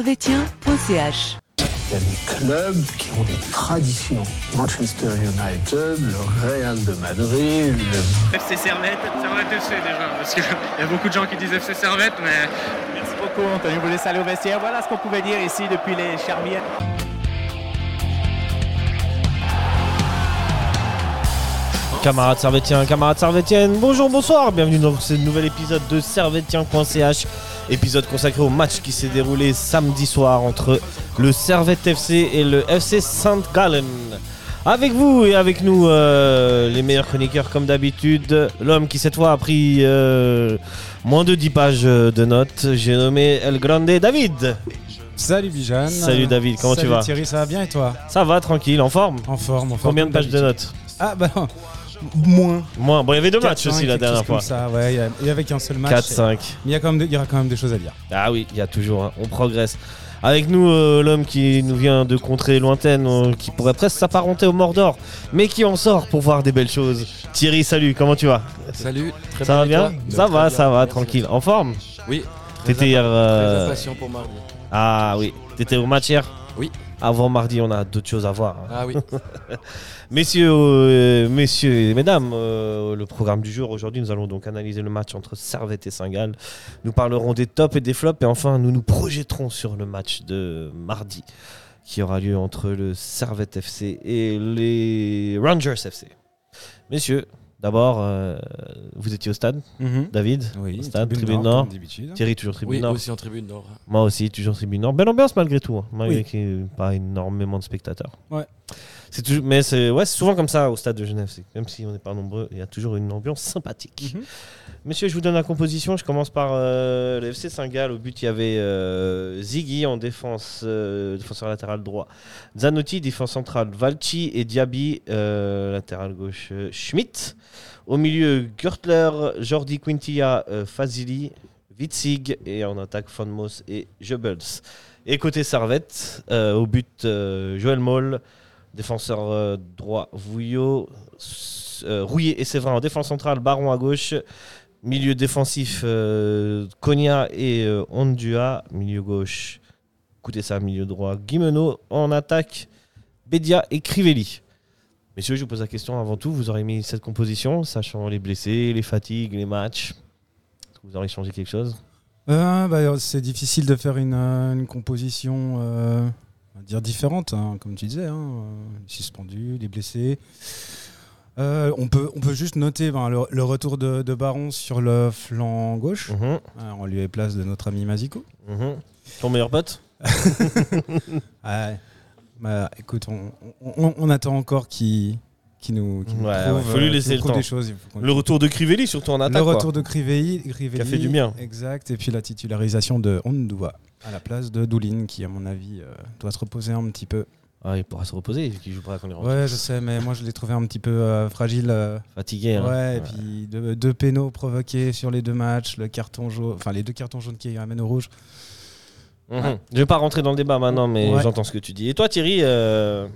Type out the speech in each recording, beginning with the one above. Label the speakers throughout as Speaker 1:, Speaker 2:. Speaker 1: servetien.ch.
Speaker 2: Il y a des clubs qui ont des traditions. Manchester United, le Real de Madrid.
Speaker 3: FC Servette, Servette FC déjà, parce qu'il y a beaucoup de gens qui disent FC Servette, mais...
Speaker 4: Merci beaucoup Anthony, vous laissez aller au vestiaire. Voilà ce qu'on pouvait dire ici depuis les Charmières.
Speaker 5: Camarades Servetien, camarades Servetienne, bonjour, bonsoir, bienvenue dans ce nouvel épisode de Servetien.ch, épisode consacré au match qui s'est déroulé samedi soir entre le Servette FC et le FC Saint-Gallen. Avec vous et avec nous, euh, les meilleurs chroniqueurs comme d'habitude, l'homme qui cette fois a pris euh, moins de 10 pages de notes, j'ai nommé El Grande David.
Speaker 6: Salut Bijan.
Speaker 5: Salut David, comment tu
Speaker 6: Salut
Speaker 5: vas
Speaker 6: Thierry, ça va bien et toi
Speaker 5: Ça va, tranquille, en forme
Speaker 6: En forme, en forme.
Speaker 5: Combien de
Speaker 6: comme
Speaker 5: pages de
Speaker 6: d'habitude.
Speaker 5: notes
Speaker 6: Ah bah non, moins.
Speaker 5: Moins, bon il y avait deux matchs
Speaker 6: 400,
Speaker 5: aussi la
Speaker 6: quelque
Speaker 5: dernière
Speaker 6: chose
Speaker 5: fois.
Speaker 6: Comme ça, ouais, il y a- il y avait qu'un seul match.
Speaker 5: 4-5.
Speaker 6: Mais il y, a quand même des- il y aura quand même des choses à dire.
Speaker 5: Ah oui, il y a toujours, hein, on progresse. Avec nous, euh, l'homme qui nous vient de contrées lointaines, euh, qui pourrait presque s'apparenter au Mordor, mais qui en sort pour voir des belles choses. Thierry, salut, comment tu vas
Speaker 7: Salut, très
Speaker 5: Ça va
Speaker 7: bien, et
Speaker 5: bien
Speaker 7: toi
Speaker 5: Ça
Speaker 7: Très
Speaker 5: va,
Speaker 7: bien,
Speaker 5: ça va,
Speaker 7: merci.
Speaker 5: tranquille. En forme
Speaker 7: Oui.
Speaker 5: T'étais
Speaker 7: Très
Speaker 5: hier.
Speaker 7: Très
Speaker 5: euh,
Speaker 7: impatient pour mardi.
Speaker 5: Ah oui, t'étais au match hier
Speaker 7: Oui.
Speaker 5: Avant mardi, on a d'autres choses à voir. hein.
Speaker 7: Ah oui,
Speaker 5: Messieurs, euh, messieurs et mesdames, euh, le programme du jour aujourd'hui, nous allons donc analyser le match entre Servette et Saint-Gall. Nous parlerons des tops et des flops et enfin nous nous projetterons sur le match de mardi qui aura lieu entre le Servette FC et les Rangers FC. Messieurs, d'abord, euh, vous étiez au stade, David
Speaker 6: Oui,
Speaker 5: Au stade,
Speaker 6: tribune
Speaker 5: tribune
Speaker 6: Nord,
Speaker 5: Nord.
Speaker 6: comme d'habitude.
Speaker 5: Thierry, toujours tribune
Speaker 7: oui
Speaker 5: Mhm. Nord.
Speaker 7: aussi en tribune nord.
Speaker 5: Moi aussi, toujours tribune Nord. Belle ambiance malgré tout, hein, malgré
Speaker 6: Oui.
Speaker 5: qu'il n'y ait pas énormément de spectateurs.
Speaker 6: Ouais.
Speaker 5: C'est toujours, mais c'est ouais, c'est souvent comme ça au stade de Genève. c'est- Même si on n'est pas nombreux, il y a toujours une ambiance sympathique.
Speaker 6: Mhm.
Speaker 5: Messieurs, je vous donne la composition. Je commence par euh, le FC Saint-Gall. Au but, il y avait euh, Ziggy en défense, euh, défenseur latéral droit. Zanotti, défense centrale. Valci et Diaby, euh, latéral gauche. euh, Schmidt. Au milieu, Gürtler, Jordi Quintilla, euh, Fazili, Witzig. Et en attaque, Fonmos et Jebels. Et côté Servette, euh, au but, euh, Joël Moll. Défenseur euh, droit, Vouillot. S- euh, Rouillé et Séverin en défense centrale. Baron à gauche. Milieu défensif, euh, Konya et euh, Ondua. Milieu gauche, écoutez ça, milieu droit, Guimeno. En attaque, Bedia et Crivelli. Messieurs, je vous pose la question avant tout. Vous aurez mis cette composition, sachant les blessés, les fatigues, les matchs. Est-ce que vous aurez changé quelque chose
Speaker 6: Euh, bah, c'est difficile de faire une, euh, une composition euh, on va dire différente, hein, comme tu disais, hein, euh, les suspendus, les blessés. Euh, on, peut, on peut juste noter ben, le, le retour de, de Baron sur le flanc gauche,
Speaker 5: Mhm,
Speaker 6: euh, en lieu et place de notre ami Mazico.
Speaker 5: mhm. Ton meilleur pote
Speaker 6: Ouais. Bah, écoute, on, on- on- on attend encore qu'il qu'il nous, qu'il nous
Speaker 5: Ouais,
Speaker 6: prouve,
Speaker 5: ouais, faut lui
Speaker 6: euh, qu'il
Speaker 5: laisser
Speaker 6: nous
Speaker 5: le
Speaker 6: prouve
Speaker 5: temps.
Speaker 6: des choses. Il faut qu'on-
Speaker 5: Le retour de Crivelli, surtout en
Speaker 6: Le
Speaker 5: attaque. quoi.
Speaker 6: retour de Crivelli, Crivelli.
Speaker 5: Qui a fait du bien.
Speaker 6: Exact. Et puis la titularisation de Ondua à la place de Doulin, qui, à mon avis, euh, doit se reposer un petit peu.
Speaker 5: Ah, il pourra se reposer, vu qu'il joue pas quand il rentre.
Speaker 6: Ouais, je sais, mais moi, je l'ai trouvé un petit peu euh, fragile.
Speaker 5: Fatigué.
Speaker 6: ouais,
Speaker 5: hein.
Speaker 6: et puis deux, deux pénaux provoqués sur les deux matchs, le carton jaune, enfin les deux cartons jaunes qui amènent au rouge.
Speaker 5: Mhm. Je vais pas rentrer dans le débat maintenant, mais
Speaker 6: Ouais.
Speaker 5: j'entends ce que tu dis. Et toi, Thierry euh,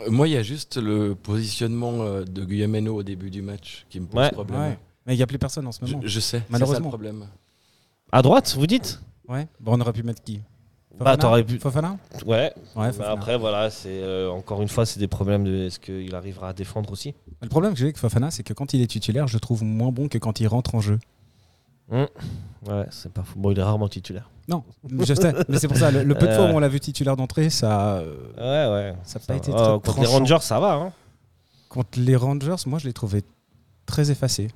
Speaker 7: Euh, Moi, il y a juste le positionnement euh, de Guillemeno au début du match qui me pose
Speaker 5: Ouais.
Speaker 7: problème.
Speaker 6: Ouais. Mais il n'y a plus personne en ce moment.
Speaker 7: Je, je sais, c'est ça
Speaker 6: Malheureusement.
Speaker 7: le problème.
Speaker 5: à droite, vous dites
Speaker 6: Ouais. Bon, on aurait pu mettre qui
Speaker 5: Bah,
Speaker 6: Fofana
Speaker 5: t'aurais pu.
Speaker 6: Fofana
Speaker 5: Ouais.
Speaker 6: Ouais,
Speaker 5: Bah,
Speaker 6: Fofana.
Speaker 5: après, voilà, c'est euh, encore une fois, c'est des problèmes de est-ce qu'il arrivera à défendre aussi
Speaker 6: Le problème que j'ai avec Fofana, c'est que quand il est titulaire, je le trouve moins bon que quand il rentre en jeu.
Speaker 5: Ouais, c'est pas fou. Bon, il est rarement titulaire.
Speaker 6: Non, je sais, mais c'est pour ça, le, le peu de
Speaker 5: Euh.
Speaker 6: fois où on l'a vu titulaire d'entrée, ça euh,
Speaker 5: Ouais, ouais.
Speaker 6: ça n'a pas
Speaker 5: Ça
Speaker 6: été
Speaker 5: va.
Speaker 6: très
Speaker 5: Oh, contre les
Speaker 6: tranchant.
Speaker 5: Rangers, ça va, hein
Speaker 6: Contre les Rangers, moi, je l'ai trouvé très effacé.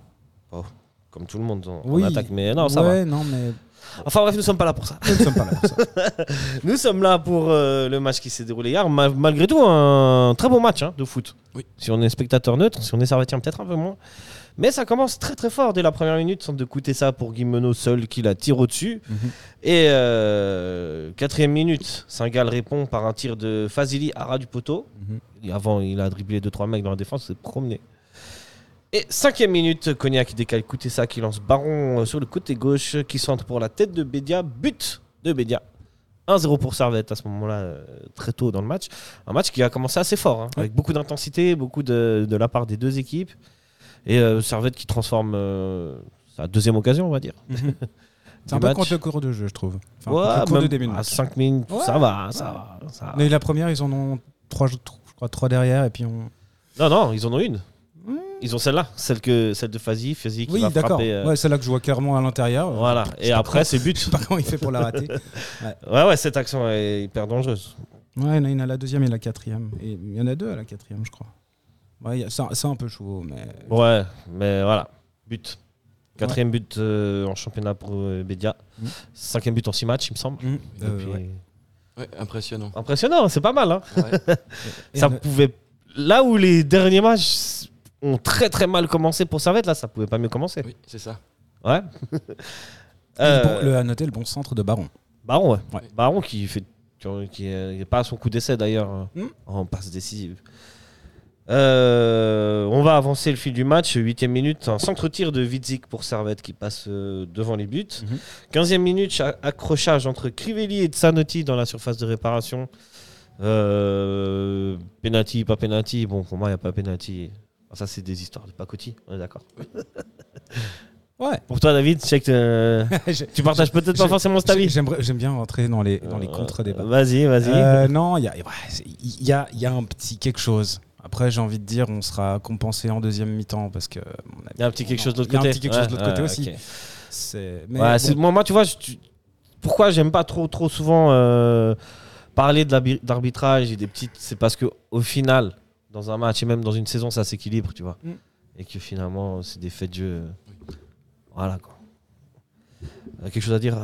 Speaker 5: comme tout le monde en, en
Speaker 6: Oui.
Speaker 5: attaque, mais non, ça
Speaker 6: ouais, non, mais
Speaker 5: va. Enfin bref, nous sommes pas là pour ça.
Speaker 6: nous ne sommes pas là pour ça.
Speaker 5: Nous sommes là pour euh, le match qui s'est déroulé hier. Ma- malgré tout, un très bon match hein, de foot.
Speaker 7: Oui.
Speaker 5: Si on est spectateur neutre, si on est servetien, peut-être un peu moins. Mais ça commence très très fort dès la première minute, sans de coûter ça pour Guimeno seul qui la tire au-dessus.
Speaker 6: Mhm.
Speaker 5: Et euh, quatrième minute, Singal répond par un tir de Fazili à ras du poteau.
Speaker 6: Mhm.
Speaker 5: Et avant, il a dribblé 2-3 mecs dans la défense, s'est promené. Et cinquième minute, Cognac décale ça qui lance Baron euh, sur le côté gauche, qui centre pour la tête de Bédia, but de Bédia. 1-0 pour Servette à ce moment-là, euh, très tôt dans le match. Un match qui a commencé assez fort, hein, avec beaucoup d'intensité, beaucoup de, de la part des deux équipes. Et euh, Servette qui transforme euh, sa deuxième occasion, on va dire.
Speaker 6: C'est un
Speaker 5: du
Speaker 6: peu
Speaker 5: match.
Speaker 6: contre le cours de jeu, je trouve. Enfin,
Speaker 5: Ouais,
Speaker 6: contre le cours
Speaker 5: même
Speaker 6: de début de
Speaker 5: à
Speaker 6: match.
Speaker 5: 5 minutes,
Speaker 6: Ouais.
Speaker 5: ça va, ça va. ça va.
Speaker 6: Mais la première, ils en ont trois, je crois, trois derrière, et puis on.
Speaker 5: Non, non, ils en ont une. Ils ont celle-là, celle, que, celle de Fazi, Fazi qui
Speaker 6: Hmm. Oui,
Speaker 5: va
Speaker 6: d'accord.
Speaker 5: frapper. euh,
Speaker 6: Ouais, c'est là que je vois clairement à l'intérieur.
Speaker 5: Voilà, et après c'est but.
Speaker 6: Je sais pas comment il fait pour la rater.
Speaker 5: Ouais, ouais, cette action est hyper dangereuse.
Speaker 6: Ouais, il y en a une à la deuxième et la quatrième. Et il y en a deux à la quatrième, je crois. Ouais, il y a- c'est un- c'est un peu chaud, mais.
Speaker 5: Ouais, mais voilà, but. Quatrième but euh, en championnat pour euh, Bedia.
Speaker 6: Mm.
Speaker 5: Cinquième but en six matchs, il me semble.
Speaker 6: Mmh.
Speaker 5: Et
Speaker 6: Euh,
Speaker 5: puis-
Speaker 6: ouais.
Speaker 7: Ouais, impressionnant.
Speaker 5: Impressionnant, c'est pas mal. hein.
Speaker 7: Ouais.
Speaker 6: Et
Speaker 5: ça
Speaker 6: on a-
Speaker 5: pouvait. Là où les derniers matchs ont très très mal commencé pour Servette, là, ça pouvait pas mieux commencer.
Speaker 7: oui, c'est ça.
Speaker 5: Ouais.
Speaker 6: et
Speaker 5: Euh,
Speaker 6: le bon- le, à noter le bon centre de Baron.
Speaker 5: Baron, ouais.
Speaker 6: Ouais.
Speaker 5: Baron qui fait qui n'est pas à son coup d'essai d'ailleurs hein,
Speaker 6: Mm.
Speaker 5: en passe décisive. Euh, on va avancer le fil du match. 8 minute, un centre-tir de Widzik pour Servette qui passe euh, devant les buts.
Speaker 6: Mhm.
Speaker 5: 15e minute, cha- accrochage entre Crivelli et Tsanotti dans la surface de réparation. Euh, penalty, pas penalty. Bon, pour moi, il n'y a pas penalty. Ah, Ça, c'est des histoires de pacotille, on est d'accord.
Speaker 6: Ouais.
Speaker 5: Pour toi, David, je sais que t'es-
Speaker 6: J'ai-
Speaker 5: tu partages peut-être pas
Speaker 6: j'ai-
Speaker 5: forcément cet avis.
Speaker 6: j'ai- j'aimerais- J'aime bien rentrer dans les, dans les
Speaker 5: Euh,
Speaker 6: contre-débats.
Speaker 5: Vas-y, vas-y.
Speaker 6: Euh, non, il y a, ouais, c'est- il y, a, il y a un petit quelque chose. Après, j'ai envie de dire, on sera compensé en deuxième mi-temps parce que. à mon avis,
Speaker 5: Il y a un petit quelque
Speaker 6: on-
Speaker 5: chose de l'autre
Speaker 6: il y a
Speaker 5: côté.
Speaker 6: un petit quelque
Speaker 5: Ouais,
Speaker 6: chose de l'autre côté
Speaker 5: ouais,
Speaker 6: aussi.
Speaker 5: ok.
Speaker 6: C'est- mais
Speaker 5: Ouais,
Speaker 6: bon,
Speaker 5: c'est- moi, moi, tu vois, je- tu- pourquoi j'aime pas trop, trop souvent euh, parler de l'arbi- d'arbitrage et des petites. C'est parce que au final, dans un match et même dans une saison, ça s'équilibre, tu vois.
Speaker 6: Mm.
Speaker 5: Et que finalement, c'est des faits de jeu. euh, Voilà, quoi. Euh, quelque chose à dire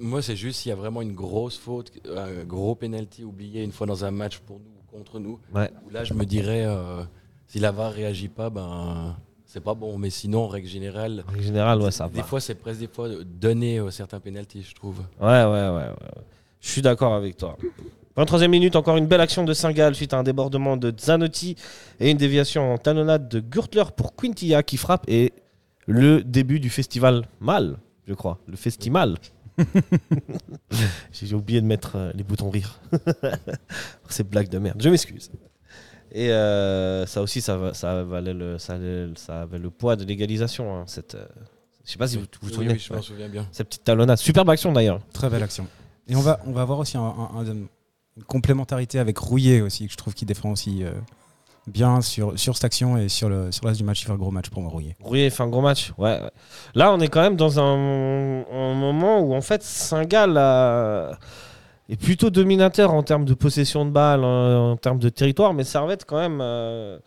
Speaker 7: Moi, c'est juste s'il y a vraiment une grosse faute, un gros penalty oublié une fois dans un match pour nous ou contre nous.
Speaker 5: Ouais.
Speaker 7: où Là, je me dirais, euh, si la VAR réagit pas, ben c'est pas bon. Mais sinon, en règle générale,
Speaker 5: En général, ouais, ça
Speaker 7: des
Speaker 5: va.
Speaker 7: fois, c'est presque des fois donner euh, certains penalties, je trouve.
Speaker 5: Ouais, ouais, ouais. ouais, ouais. Je suis d'accord avec toi. 23e minute, encore une belle action de Singal suite à un débordement de Zanotti et une déviation en talonnade de Gürtler pour Quintilla qui frappe et le début du festival mal, je crois. Le festival. J'ai j'ai oublié de mettre euh, les boutons rire. Ces blagues de merde. Je m'excuse. Et euh, ça aussi, ça, va- ça, valait le, ça, allait- ça avait le poids de l'égalisation. hein, cette, euh, je sais pas si vous vous
Speaker 7: Oui,
Speaker 5: souvenez.
Speaker 7: oui, je m'en
Speaker 5: ouais.
Speaker 7: souviens bien.
Speaker 5: Cette petite talonnade. Superbe action d'ailleurs.
Speaker 6: Très belle action. Et on va, on va avoir aussi un- un- un- une complémentarité avec Rouillé aussi, que je trouve qui défend aussi euh, bien sur, sur cette action et sur le, sur le reste du match. Il fait un gros match pour moi, Rouillé.
Speaker 5: Rouillé fait un gros match. Ouais. ouais. Là, on est quand même dans un, un moment où en fait Singal a- est plutôt dominateur en termes de possession de balle, en, en termes de territoire, mais Servette quand même euh,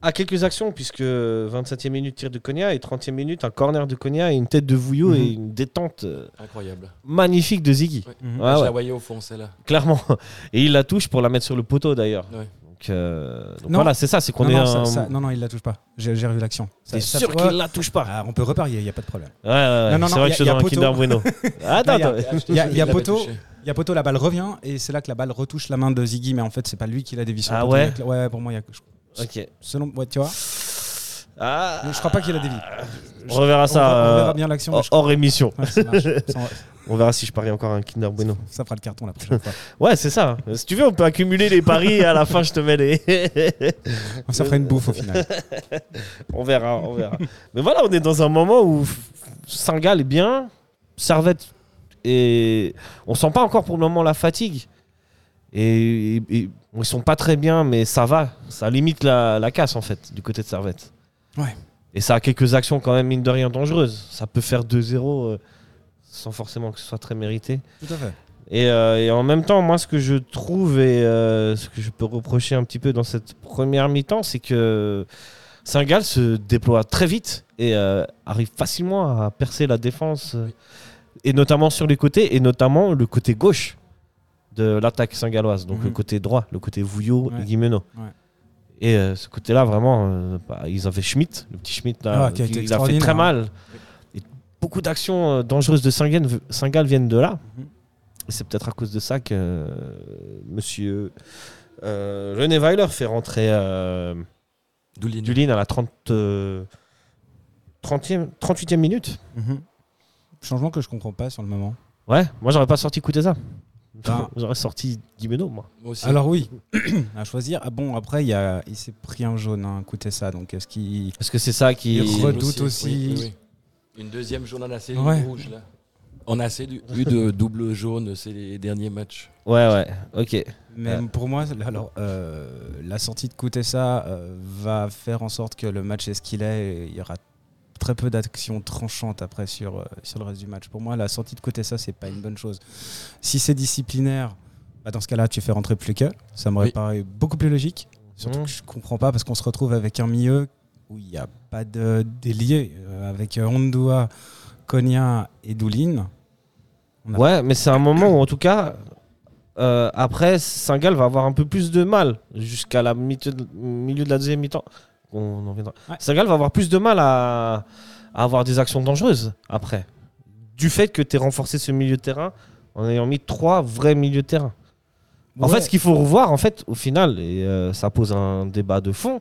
Speaker 5: a quelques actions puisque 27e minute tir de Cogna et 30e minute un corner de Cogna et une tête de Vouillot
Speaker 6: Mhm.
Speaker 5: et une détente euh,
Speaker 7: Incroyable.
Speaker 5: magnifique de Ziggy.
Speaker 7: Ouais.
Speaker 6: Mhm.
Speaker 5: Ouais,
Speaker 7: je
Speaker 5: ouais,
Speaker 7: la voyais au fond, celle-là.
Speaker 5: clairement. Et il la touche pour la mettre sur le poteau d'ailleurs.
Speaker 7: Ouais.
Speaker 5: Donc, euh, donc
Speaker 6: Non.
Speaker 5: voilà, c'est ça, c'est qu'on
Speaker 6: non,
Speaker 5: est.
Speaker 6: non,
Speaker 5: un-
Speaker 6: ça- ça- non, non, il la touche pas. J'ai j'ai revu l'action. Ça-
Speaker 5: T'es
Speaker 6: ça-
Speaker 5: sûr
Speaker 6: ouais.
Speaker 5: qu'il la touche pas.
Speaker 6: Ah, on peut reparier, il n'y a pas de problème.
Speaker 5: Ouais, ouais, ouais.
Speaker 6: Non, non,
Speaker 5: c'est vrai
Speaker 6: non, y
Speaker 5: que
Speaker 6: a-
Speaker 5: je suis
Speaker 6: y a
Speaker 5: dans un
Speaker 6: Poto.
Speaker 5: Kinder Bueno. Attends,
Speaker 6: Non, y a-
Speaker 5: attends.
Speaker 6: Il y a, il y a
Speaker 7: Il l'avait
Speaker 6: poteau,
Speaker 7: touché.
Speaker 6: il y a poteau, la balle revient et c'est là que la balle retouche la main de Ziggy, mais en fait, c'est pas lui qui l'a dévié sur le
Speaker 5: Ah
Speaker 6: poteau.
Speaker 5: ouais
Speaker 6: Il y a que- ouais, pour moi, il y a. je-
Speaker 5: Ok.
Speaker 6: Selon, ouais, tu vois,
Speaker 5: Ah.
Speaker 6: je crois pas qu'il a dévié.
Speaker 5: On reverra
Speaker 6: on,
Speaker 5: ça
Speaker 6: verra- on
Speaker 5: euh, oh,
Speaker 6: verra bien l'action. mais
Speaker 5: hors-
Speaker 6: je-
Speaker 5: hors émission.
Speaker 6: ouais, ça, marche. Ça-
Speaker 5: On verra si je parie encore un Kinder Bueno.
Speaker 6: ça fera le carton la prochaine fois.
Speaker 5: Ouais, c'est ça. Si tu veux, on peut accumuler les paris et à la fin, je te mets les.
Speaker 6: Ça fera une bouffe au final.
Speaker 5: on verra, on verra. Mais voilà, on est dans un moment où Singal est bien, Servette et on sent pas encore pour le moment la fatigue. Et, et- et ils sont pas très bien, mais ça va, ça limite la, la casse en fait du côté de Servette.
Speaker 6: Ouais.
Speaker 5: Et ça a quelques actions quand même mine de rien dangereuses. Ça peut faire 2-0 euh, sans forcément que ce soit très mérité.
Speaker 6: Tout à fait.
Speaker 5: Et, euh, et en même temps, moi, ce que je trouve et euh, ce que je peux reprocher un petit peu dans cette première mi-temps, c'est que Singal se déploie très vite et euh, arrive facilement à percer la défense, euh, et notamment sur les côtés, et notamment le côté gauche de l'attaque singaloise, donc
Speaker 6: Mhm.
Speaker 5: le côté droit, le côté Vouillot
Speaker 6: Ouais.
Speaker 5: et Guimeno.
Speaker 6: Ouais.
Speaker 5: Et euh, ce côté-là, vraiment, euh, bah, ils avaient Schmitt, le petit Schmitt, là,
Speaker 6: Ah, qui a été
Speaker 5: il a fait
Speaker 6: extraordinaire.
Speaker 5: très mal. Et beaucoup d'actions euh, dangereuses de Singal, Singal viennent de là.
Speaker 6: Mhm.
Speaker 5: Et c'est peut-être à cause de ça que euh, monsieur euh, René Weiler fait rentrer euh,
Speaker 7: Doulin.
Speaker 5: Dulin à la 30, euh, 30e, 38e minute.
Speaker 6: Mhm. Changement que je comprends pas sur le moment.
Speaker 5: Ouais, moi j'aurais pas sorti Kuteza.
Speaker 6: Ah.
Speaker 5: J'aurais sorti Guimeno, moi.
Speaker 7: Moi aussi.
Speaker 6: Alors oui, à choisir. Ah bon, après il, y a- il s'est pris un jaune, hein, écoutez ça. Donc est-ce qu'il
Speaker 5: Parce que c'est ça qui.
Speaker 6: Il
Speaker 7: Il
Speaker 6: redoute aussi.
Speaker 7: oui, oui, oui. Une deuxième journée assez
Speaker 6: Ouais.
Speaker 7: rouge là. On a assez du- eu de double jaune ces derniers matchs.
Speaker 5: Ouais, ouais, ok.
Speaker 6: Mais pour moi, alors, euh, la sortie de Kutesa euh, va faire en sorte que le match est ce qu'il est. et il y aura très peu d'actions tranchantes après sur, euh, sur le reste du match. Pour moi, la sortie de Kutesa, c'est pas une bonne chose. Si c'est disciplinaire, bah, dans ce cas-là, tu fais rentrer Plucker. Ça m'aurait
Speaker 7: Oui.
Speaker 6: paru beaucoup plus logique. Surtout
Speaker 5: Mhm.
Speaker 6: que je comprends pas parce qu'on se retrouve avec un milieu où il n'y a pas de délié. euh, avec euh, Ondua, Konya et Doulin. Non.
Speaker 5: Ouais, mais c'est un moment où, en tout cas, euh, après, Singal va avoir un peu plus de mal jusqu'à la mi- milieu de la deuxième mi-temps. On en reviendra.
Speaker 6: Ouais.
Speaker 5: Singal va avoir plus de mal à, à avoir des actions dangereuses après. Du fait que tu renforcé ce milieu de terrain en ayant mis trois vrais milieux de terrain. En
Speaker 6: Ouais.
Speaker 5: fait, ce qu'il faut revoir, en fait, au final, et euh, ça pose un débat de fond,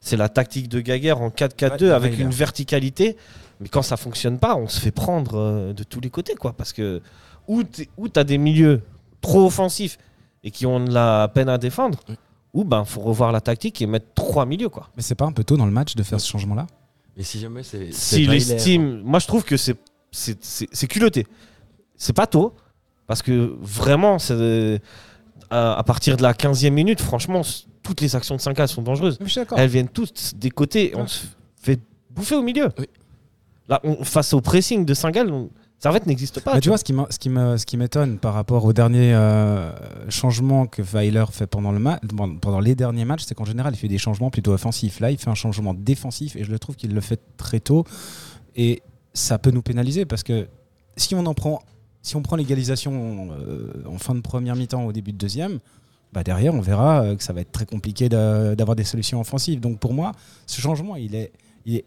Speaker 5: c'est la tactique de Gaguerre en 4-4-2
Speaker 6: Ouais,
Speaker 5: avec
Speaker 6: ouais, il
Speaker 5: une
Speaker 6: a-
Speaker 5: verticalité. Mais quand ça fonctionne pas, on se fait prendre euh, de tous les côtés, quoi. Parce que ou t'es- ou t'as des milieux trop offensifs et qui ont de la peine à défendre,
Speaker 7: Oui.
Speaker 5: ou ben faut revoir la tactique et mettre trois milieux, quoi.
Speaker 6: Mais c'est pas un peu tôt dans le match de faire ce changement-là
Speaker 7: Mais si jamais c'est. c'est
Speaker 5: S'il
Speaker 7: pas hein.
Speaker 5: estime, moi je trouve que c'est c'est- c'est c'est culotté. C'est pas tôt parce que vraiment, c'est- euh, à, à partir de la 15e minute, franchement, s- toutes les actions de 5A sont dangereuses.
Speaker 6: Je suis d'accord. Ah.
Speaker 5: Elles viennent toutes des côtés. On
Speaker 6: Ouais.
Speaker 5: se fait bouffer au milieu.
Speaker 7: Oui.
Speaker 5: Là, on- face au pressing de Singal, on- Servette n'existe pas.
Speaker 6: Mais tu vois, ce qui m'a- ce qui me- ce qui m'étonne par rapport au dernier euh, changement que Weiler fait pendant, le ma- bon, pendant les derniers matchs, c'est qu'en général, il fait des changements plutôt offensifs. Là, il fait un changement défensif et je le trouve qu'il le fait très tôt. Et ça peut nous pénaliser parce que si on en prend, si on prend l'égalisation euh, en fin de première mi-temps au début de deuxième, bah derrière, on verra euh, que ça va être très compliqué d'a- d'avoir des solutions offensives. Donc pour moi, ce changement, il est, il est,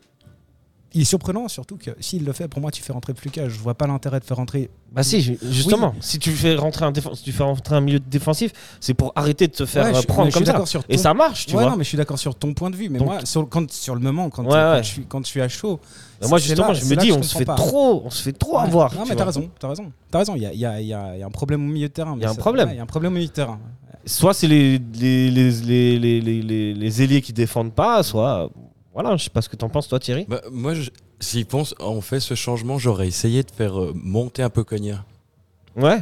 Speaker 6: il est surprenant, surtout que s'il le fait, pour moi, tu fais rentrer Pluka. Je vois pas l'intérêt de faire rentrer.
Speaker 5: Bah si, ju- justement, si tu fais rentrer un défense, tu fais rentrer un milieu défensif, c'est pour arrêter de te faire
Speaker 6: Ouais, je
Speaker 5: euh,
Speaker 6: suis- mais
Speaker 5: prendre
Speaker 6: je suis
Speaker 5: comme ça.
Speaker 6: d'accord sur
Speaker 5: Et
Speaker 6: ton-
Speaker 5: ça marche, tu
Speaker 6: Ouais,
Speaker 5: vois.
Speaker 6: non, mais je suis d'accord sur ton point de vue. Mais
Speaker 5: Donc-
Speaker 6: moi, sur, quand, sur le moment, quand,
Speaker 5: Ouais,
Speaker 6: quand
Speaker 5: ouais.
Speaker 6: je suis, quand je suis à chaud.
Speaker 5: Et moi
Speaker 6: c'est
Speaker 5: justement,
Speaker 6: là-
Speaker 5: je
Speaker 6: c'est
Speaker 5: me
Speaker 6: là
Speaker 5: dis,
Speaker 6: que je
Speaker 5: on se
Speaker 6: comprends
Speaker 5: fait
Speaker 6: pas.
Speaker 5: trop, on se fait trop avoir.
Speaker 6: Non,
Speaker 5: tu
Speaker 6: mais t'as
Speaker 5: vois.
Speaker 6: raison, t'as raison. T'as raison, il y a, il y a- il y a- il y a un problème au milieu de terrain. mais
Speaker 5: Il y a un
Speaker 6: ça-
Speaker 5: problème.
Speaker 6: ouais, Il y a un problème au milieu de terrain.
Speaker 5: Soit c'est les les, les, les, les, les- les- les ailiers qui défendent pas, soit euh, voilà, je sais pas ce que t'en penses toi Thierry.
Speaker 7: Bah, moi, je- s'ils pensent, on fait ce changement, j'aurais essayé de faire euh, monter un peu Cogna.
Speaker 5: Ouais.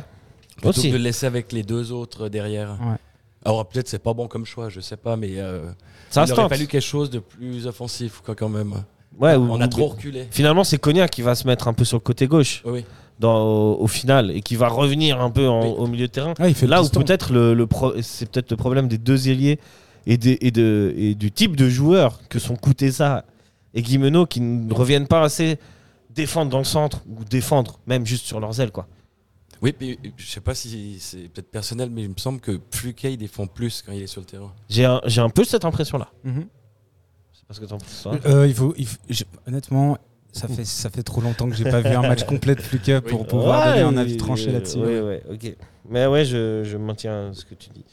Speaker 7: Plutôt
Speaker 5: Aussi.
Speaker 7: que de le laisser avec les deux autres derrière.
Speaker 6: Ouais.
Speaker 7: Alors peut-être c'est pas bon comme choix, je sais pas, mais euh,
Speaker 5: Ça
Speaker 7: il
Speaker 5: se
Speaker 7: aurait
Speaker 5: tente.
Speaker 7: fallu quelque chose de plus offensif, quoi, quand même.
Speaker 5: Ouais, ou-
Speaker 7: on a
Speaker 5: ou-
Speaker 7: trop reculé.
Speaker 5: Finalement, c'est Cognac qui va se mettre un peu sur le côté gauche
Speaker 7: Oui.
Speaker 5: dans, au, au final et qui va revenir un peu en-
Speaker 7: Oui.
Speaker 5: au milieu de terrain.
Speaker 6: Ouais, il fait le
Speaker 5: Là où
Speaker 6: piston.
Speaker 5: peut-être Ah, le, le pro- c'est peut-être le problème des deux ailiers et, des- et de, et du type de joueurs que sont Koutessa et Guimeno qui ne reviennent pas assez défendre dans le centre ou défendre même juste sur leurs ailes quoi.
Speaker 7: Oui, puis je sais pas si c'est peut-être personnel, mais il me semble que Pluquet, il défend plus quand il est sur le terrain.
Speaker 5: J'ai un, j'ai un peu cette impression là.
Speaker 6: Mhm.
Speaker 5: C'est parce que t'en penses toi.
Speaker 6: Euh, il faut, il faut- je- honnêtement, ça fait, ça fait trop longtemps que j'ai pas vu un match complet de Fluke pour pouvoir
Speaker 5: Ouais,
Speaker 6: donner un avis
Speaker 5: euh,
Speaker 6: tranché là-dessus.
Speaker 5: ouais, ouais, ok. Mais ouais, je, je maintiens ce que tu dis.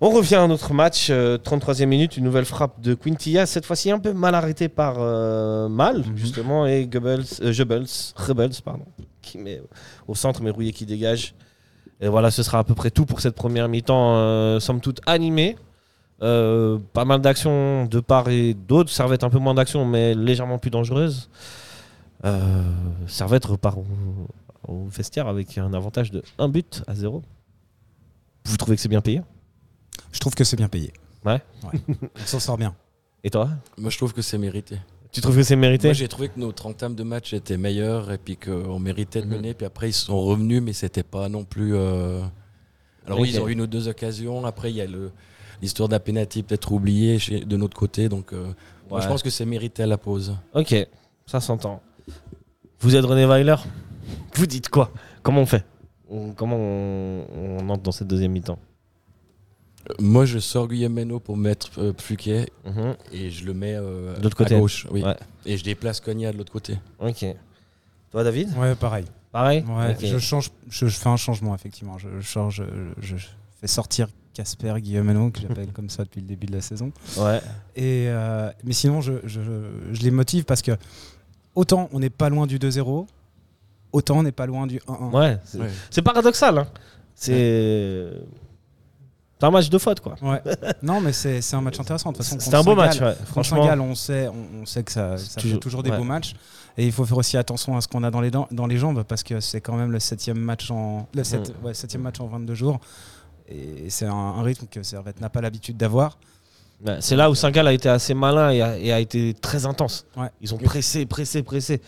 Speaker 5: On revient à un autre match, euh, 33e minute, une nouvelle frappe de Quintilla, cette fois-ci un peu mal arrêtée par euh, Mal,
Speaker 6: Mhm.
Speaker 5: justement, et Goebbels, euh, Goebbels, Rebels, pardon, qui met au centre, mais Rouillet qui dégage. Et voilà, ce sera à peu près tout pour cette première mi-temps, euh, somme toute animée. Euh, pas mal d'actions de part et d'autre. Servette un peu moins d'actions, mais légèrement plus dangereuse. Euh, Servette repart au, au vestiaire avec un avantage de 1 but à 0. Vous trouvez que c'est bien payé
Speaker 6: Je trouve que c'est bien payé.
Speaker 5: Ouais.
Speaker 6: On s'en sort bien.
Speaker 5: Et toi
Speaker 7: Moi, je trouve que c'est mérité.
Speaker 5: Tu trouves que c'est mérité
Speaker 7: Moi, j'ai trouvé que notre entame de match était meilleure et puis qu'on méritait de
Speaker 5: Mhm.
Speaker 7: mener. Puis après, ils sont revenus, mais c'était pas non plus. euh, Alors, oui,
Speaker 5: Ok.
Speaker 7: ils ont eu nos deux occasions. Après, il y a le- l'histoire d'un penalty peut-être oubliée chez- de notre côté. Donc, euh, moi,
Speaker 5: Ouais.
Speaker 7: je pense que c'est mérité à la pause.
Speaker 5: Ok, ça s'entend. Vous êtes René Weiler Vous dites quoi Comment on fait On- Comment on, on entre dans cette deuxième mi-temps
Speaker 7: Euh, Moi, je sors Guillemeno pour mettre euh, Pluquet
Speaker 5: Mhm.
Speaker 7: et je le mets euh,
Speaker 5: De l'autre côté.
Speaker 7: à gauche. Oui.
Speaker 5: Ouais.
Speaker 7: Et je déplace Cogna de l'autre côté.
Speaker 5: Ok. Toi, David
Speaker 6: Ouais, pareil.
Speaker 5: Pareil
Speaker 6: Ouais,
Speaker 5: Ok.
Speaker 6: je, change, je, je fais un changement, effectivement. Je, je change, je, je fais sortir Casper Guillaume que j'appelle comme ça depuis le début de la saison.
Speaker 5: Ouais.
Speaker 6: Et, euh, mais sinon, je, je- je les motive parce que autant on n'est pas loin du 2-0, autant on n'est pas loin du 1-1.
Speaker 5: Ouais, c'est-
Speaker 7: Ouais.
Speaker 5: C'est paradoxal. Hein. C'est. C'est un match de faute, quoi.
Speaker 6: Ouais. non, mais c'est c'est un match intéressant. De toute façon,
Speaker 5: C'était
Speaker 6: contre
Speaker 5: un beau match,
Speaker 6: Saint-Gall-
Speaker 5: ouais,
Speaker 6: Contre
Speaker 5: franchement.
Speaker 6: Saint-Gall, on sait, on, on sait que ça, ça
Speaker 5: toujours-
Speaker 6: fait toujours des
Speaker 5: ouais.
Speaker 6: beaux matchs. Et il faut faire aussi attention à ce qu'on a dans les, dents- dans les jambes parce que c'est quand même le septième match en, le sept-
Speaker 5: Mm.
Speaker 6: ouais, septième match en 22 jours. Et c'est un, un rythme que Servette n'a pas l'habitude d'avoir.
Speaker 5: Ouais, Ben, C'est là où Saint-Gall a été assez malin et a, et a été très intense.
Speaker 6: Ouais.
Speaker 5: Ils ont pressé, pressé, pressé.